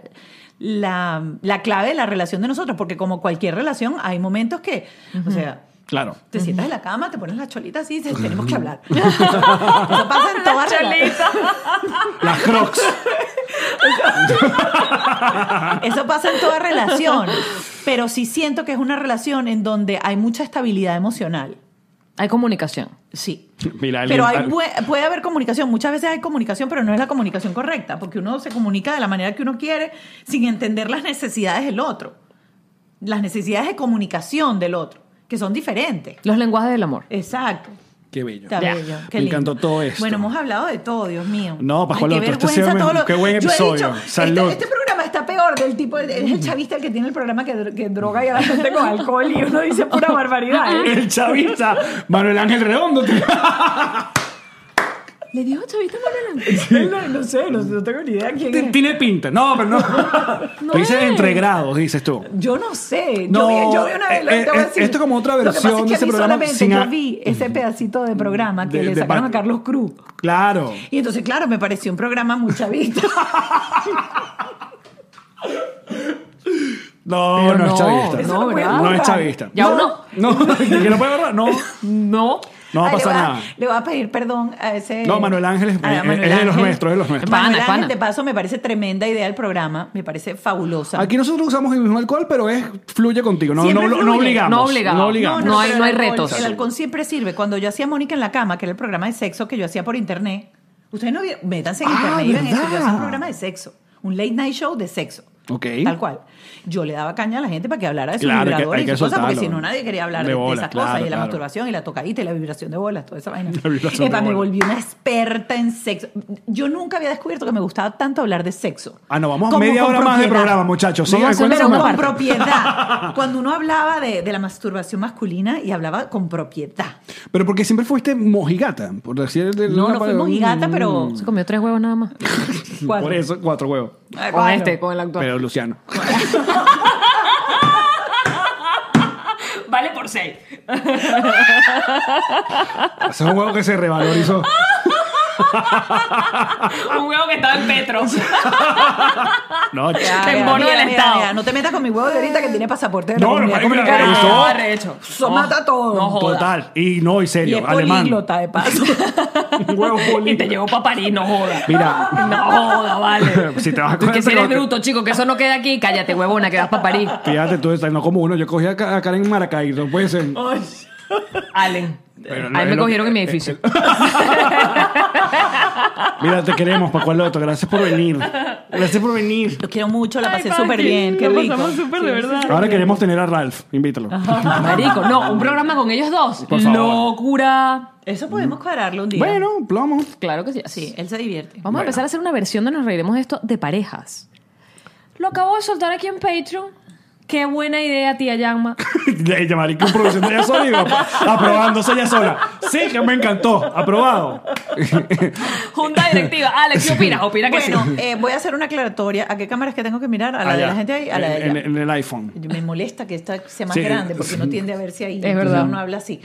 [SPEAKER 4] la, la clave de la relación de nosotros, porque como cualquier relación, hay momentos que, o sea,
[SPEAKER 3] Claro.
[SPEAKER 4] te sientas en la cama, te pones la cholita así y dices, tenemos que hablar. Eso pasa en toda relación.
[SPEAKER 3] Las crocs.
[SPEAKER 4] Eso pasa en toda relación. Pero sí siento que es una relación en donde hay mucha estabilidad emocional.
[SPEAKER 2] Hay comunicación.
[SPEAKER 4] Sí.
[SPEAKER 3] Mira, alguien-
[SPEAKER 4] Pero hay,
[SPEAKER 3] al-
[SPEAKER 4] pue- puede haber comunicación. Muchas veces hay comunicación, pero no es la comunicación correcta, porque uno se comunica de la manera que uno quiere sin entender las necesidades del otro. Las necesidades de comunicación del otro, que son diferentes.
[SPEAKER 2] Los lenguajes del amor.
[SPEAKER 4] Exacto.
[SPEAKER 3] Qué bello.
[SPEAKER 4] Está
[SPEAKER 2] Ya.
[SPEAKER 4] bello. Qué
[SPEAKER 3] Me
[SPEAKER 4] lindo.
[SPEAKER 3] encantó todo esto.
[SPEAKER 4] Bueno, hemos hablado de todo, Dios mío.
[SPEAKER 3] No, Pascualoto,
[SPEAKER 4] Ay, qué
[SPEAKER 3] este ha sido
[SPEAKER 4] vergüenza
[SPEAKER 3] un-
[SPEAKER 4] todo lo-
[SPEAKER 3] qué buen
[SPEAKER 4] Yo he
[SPEAKER 3] episodio.
[SPEAKER 4] dicho, este-
[SPEAKER 3] Salud.
[SPEAKER 4] Este, programa está peor del tipo, es el chavista el que tiene el programa que, dro- que droga y a la gente con alcohol y uno dice pura barbaridad. ¿eh?
[SPEAKER 3] El chavista Manuel Ángel Redondo. tío.
[SPEAKER 2] Le dijo Chavita Manuel
[SPEAKER 4] no, no sé, no, no tengo ni idea quién
[SPEAKER 3] T-
[SPEAKER 4] es.
[SPEAKER 3] Tiene pinta. No, pero no. Tú dices
[SPEAKER 2] es.
[SPEAKER 3] entre grados, dices tú.
[SPEAKER 4] Yo no sé.
[SPEAKER 3] No,
[SPEAKER 4] yo, vi, yo vi una vez. lo-
[SPEAKER 3] eh,
[SPEAKER 4] te voy a
[SPEAKER 3] eh,
[SPEAKER 4] decir.
[SPEAKER 3] esto como otra
[SPEAKER 4] Lo que pasa
[SPEAKER 3] versión
[SPEAKER 4] es que
[SPEAKER 3] de
[SPEAKER 4] a
[SPEAKER 3] ese
[SPEAKER 4] mí
[SPEAKER 3] programa
[SPEAKER 4] solamente
[SPEAKER 3] sin
[SPEAKER 4] yo
[SPEAKER 3] a- Mm,
[SPEAKER 4] vi ese pedacito de programa que
[SPEAKER 3] De-
[SPEAKER 4] le
[SPEAKER 3] de
[SPEAKER 4] sacaron a
[SPEAKER 3] Paco.
[SPEAKER 4] Carlos Cruz.
[SPEAKER 3] Claro.
[SPEAKER 4] Y entonces, claro, me pareció un programa muy chavista.
[SPEAKER 3] No,
[SPEAKER 2] Pero
[SPEAKER 3] no,
[SPEAKER 2] no,
[SPEAKER 3] es chavista.
[SPEAKER 4] eso no puede
[SPEAKER 2] ¿verdad?
[SPEAKER 3] No es
[SPEAKER 4] durar.
[SPEAKER 3] chavista.
[SPEAKER 2] Ya
[SPEAKER 3] no,
[SPEAKER 2] uno.
[SPEAKER 3] No, que no puede hablar. No,
[SPEAKER 2] No.
[SPEAKER 3] no
[SPEAKER 4] Ay,
[SPEAKER 3] pasa
[SPEAKER 4] le va-
[SPEAKER 3] nada.
[SPEAKER 4] Le voy a pedir perdón a ese.
[SPEAKER 3] No, Manuel Ángel es-
[SPEAKER 4] a
[SPEAKER 3] es- es de los nuestros, es de los nuestros.
[SPEAKER 2] Pana,
[SPEAKER 4] Manuel
[SPEAKER 2] es
[SPEAKER 4] Ángel,
[SPEAKER 2] pana.
[SPEAKER 4] de paso, me parece tremenda idea el programa. Me parece fabulosa.
[SPEAKER 3] Aquí nosotros usamos el mismo alcohol, pero es fluye contigo. No,
[SPEAKER 4] Siempre
[SPEAKER 3] no, no
[SPEAKER 4] fluye.
[SPEAKER 3] obligamos.
[SPEAKER 2] No obligamos.
[SPEAKER 3] No obligamos.
[SPEAKER 2] No hay-
[SPEAKER 4] pero el
[SPEAKER 2] no hay
[SPEAKER 4] alcohol-
[SPEAKER 2] retos.
[SPEAKER 4] El alcohol siempre sirve. Cuando yo hacía Mónica en la cama, que era el programa de sexo que yo hacía por internet, ustedes no vieron, métanse en
[SPEAKER 3] Ah,
[SPEAKER 4] internet y ven eso. Yo hacía
[SPEAKER 3] ¿verdad?
[SPEAKER 4] un programa de sexo, un late night show de sexo.
[SPEAKER 3] Ok.
[SPEAKER 4] Tal cual. Yo le daba caña a la gente para que hablara de sus
[SPEAKER 3] Claro, que
[SPEAKER 4] vibradores
[SPEAKER 3] hay
[SPEAKER 4] y
[SPEAKER 3] que
[SPEAKER 4] sus cosas, porque si
[SPEAKER 3] soltarlo.
[SPEAKER 4] no nadie quería hablar
[SPEAKER 3] De
[SPEAKER 4] de, de
[SPEAKER 3] bolas,
[SPEAKER 4] esas
[SPEAKER 3] claro,
[SPEAKER 4] cosas, y de la
[SPEAKER 3] claro.
[SPEAKER 4] masturbación, y la tocadita, y la vibración de bolas, toda esa vaina.
[SPEAKER 3] La vibración
[SPEAKER 4] Epa,
[SPEAKER 3] de
[SPEAKER 4] me
[SPEAKER 3] bolas.
[SPEAKER 4] volví una experta en sexo. Yo nunca había descubierto que me gustaba tanto hablar de sexo.
[SPEAKER 3] Ah, no, vamos
[SPEAKER 4] Como
[SPEAKER 3] media
[SPEAKER 4] con
[SPEAKER 3] hora más de
[SPEAKER 4] propiedad.
[SPEAKER 3] programa, muchachos.
[SPEAKER 2] Vamos a
[SPEAKER 3] Sigan,
[SPEAKER 2] hacer
[SPEAKER 3] cuéntanos
[SPEAKER 4] Pero
[SPEAKER 2] Una
[SPEAKER 3] más.
[SPEAKER 4] con
[SPEAKER 2] parte.
[SPEAKER 4] propiedad. Cuando uno hablaba de, de la masturbación masculina y hablaba con propiedad.
[SPEAKER 3] Pero porque siempre fuiste mojigata, por decir de una
[SPEAKER 4] No, no fui
[SPEAKER 3] palabra.
[SPEAKER 4] mojigata, pero.
[SPEAKER 2] Se comió tres huevos nada más.
[SPEAKER 4] Cuatro.
[SPEAKER 3] Por
[SPEAKER 2] este
[SPEAKER 3] eso, cuatro huevos.
[SPEAKER 4] Ay,
[SPEAKER 2] Con
[SPEAKER 4] bueno.
[SPEAKER 2] este, con el actual.
[SPEAKER 3] Pero Luciano.
[SPEAKER 2] Vale por seis.
[SPEAKER 3] Ese es un huevo que se revalorizó.
[SPEAKER 2] Ah, Un huevo que estaba en Petro.
[SPEAKER 3] No, ch-
[SPEAKER 4] Ya, ya,
[SPEAKER 2] En bono
[SPEAKER 4] mira,
[SPEAKER 2] del
[SPEAKER 4] mira,
[SPEAKER 2] Estado.
[SPEAKER 4] mira, no te metas con mi huevo de ahorita que tiene pasaporte de la
[SPEAKER 3] No, no,
[SPEAKER 4] comunidad
[SPEAKER 3] marico, mira,
[SPEAKER 4] Dominicana.
[SPEAKER 3] eso-
[SPEAKER 4] Ah,
[SPEAKER 2] arrecho.
[SPEAKER 4] Eso mata todo.
[SPEAKER 2] No joda.
[SPEAKER 3] total. Y no, y
[SPEAKER 4] Y
[SPEAKER 3] serio,
[SPEAKER 4] es
[SPEAKER 3] alemán.
[SPEAKER 4] políglota, de paso.
[SPEAKER 3] Un huevo
[SPEAKER 2] Y te
[SPEAKER 3] políglota.
[SPEAKER 2] llevó para París, no joda.
[SPEAKER 3] Mira,
[SPEAKER 2] No joda, vale.
[SPEAKER 3] Si te vas a
[SPEAKER 2] Tú que si
[SPEAKER 3] coger-
[SPEAKER 2] eres bruto, chico, que eso no queda aquí. Cállate, huevona, que vas para París.
[SPEAKER 3] fíjate tú, estás- no como uno. Yo cogí a Ka- a Karen Maracay, no puede ser.
[SPEAKER 2] Allen.
[SPEAKER 3] Pero no
[SPEAKER 2] Ahí
[SPEAKER 3] es
[SPEAKER 2] Oh, me
[SPEAKER 3] lo
[SPEAKER 2] cogieron
[SPEAKER 3] que-
[SPEAKER 2] en mi
[SPEAKER 3] eh,
[SPEAKER 2] edificio.
[SPEAKER 3] Mira, te queremos, Pacualoto. Gracias por venir. Gracias por venir.
[SPEAKER 4] Los quiero mucho, la
[SPEAKER 2] Ay,
[SPEAKER 4] pasé
[SPEAKER 2] Paqui,
[SPEAKER 4] súper bien, qué
[SPEAKER 2] la
[SPEAKER 4] rico.
[SPEAKER 2] pasamos súper, de verdad.
[SPEAKER 3] Ahora queremos tener a Ralph. Invítalo.
[SPEAKER 2] Marico, no, un programa con ellos dos.
[SPEAKER 3] Por favor.
[SPEAKER 2] Locura.
[SPEAKER 4] Eso podemos cuadrarlo un día.
[SPEAKER 3] Bueno, plomo.
[SPEAKER 2] Claro que sí. así.
[SPEAKER 4] Sí, él se divierte.
[SPEAKER 2] Vamos a empezar a hacer una versión de Nos Reiremos de esto de parejas. Lo acabo de soltar aquí en Patreon. Qué buena idea, tía Yangma.
[SPEAKER 3] Ella, marica, produciendo ella sola y ap- aprobándose ella sola. Sí, que me encantó. Aprobado.
[SPEAKER 2] Junta directiva. Alex, ¿qué
[SPEAKER 3] Ah,
[SPEAKER 2] opinas? Opina que
[SPEAKER 4] Bueno,
[SPEAKER 2] sí.
[SPEAKER 4] eh, voy a hacer una aclaratoria. ¿A qué cámaras que tengo que mirar? ¿A la de
[SPEAKER 3] Allá.
[SPEAKER 4] la gente ahí? A la de
[SPEAKER 3] Ah, en, en-
[SPEAKER 4] allá.
[SPEAKER 3] en el iPhone.
[SPEAKER 4] Yo- Me molesta que esta sea más
[SPEAKER 3] Sí.
[SPEAKER 4] grande porque uno tiende a verse ahí. entonces
[SPEAKER 2] verdad.
[SPEAKER 4] Uno habla así.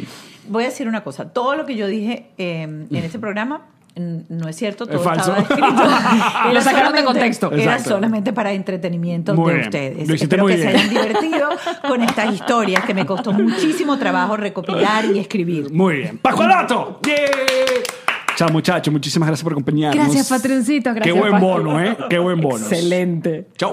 [SPEAKER 4] Voy a decir una cosa. Todo lo que yo dije eh, en este programa n- no es cierto. Todo
[SPEAKER 3] Es falso.
[SPEAKER 4] estaba escrito. Era
[SPEAKER 2] Lo sacaron de
[SPEAKER 4] solamente-
[SPEAKER 2] contexto.
[SPEAKER 4] Era
[SPEAKER 3] Exacto.
[SPEAKER 4] solamente para entretenimiento
[SPEAKER 3] Muy
[SPEAKER 4] de
[SPEAKER 3] bien.
[SPEAKER 4] ustedes.
[SPEAKER 3] Lo hiciste
[SPEAKER 4] Espero
[SPEAKER 3] muy
[SPEAKER 4] que
[SPEAKER 3] bien.
[SPEAKER 4] se hayan divertido con estas historias que me costó muchísimo trabajo recopilar y escribir.
[SPEAKER 3] Muy bien. ¡Pacualato! ¡Yeah! Chao, muchachos. Muchísimas gracias por acompañarnos.
[SPEAKER 2] Gracias, patroncitos.
[SPEAKER 3] Qué
[SPEAKER 2] Gracias,
[SPEAKER 3] buen
[SPEAKER 2] Patri.
[SPEAKER 3] bono, ¿eh? Qué buen bono.
[SPEAKER 2] Excelente.
[SPEAKER 3] Chao.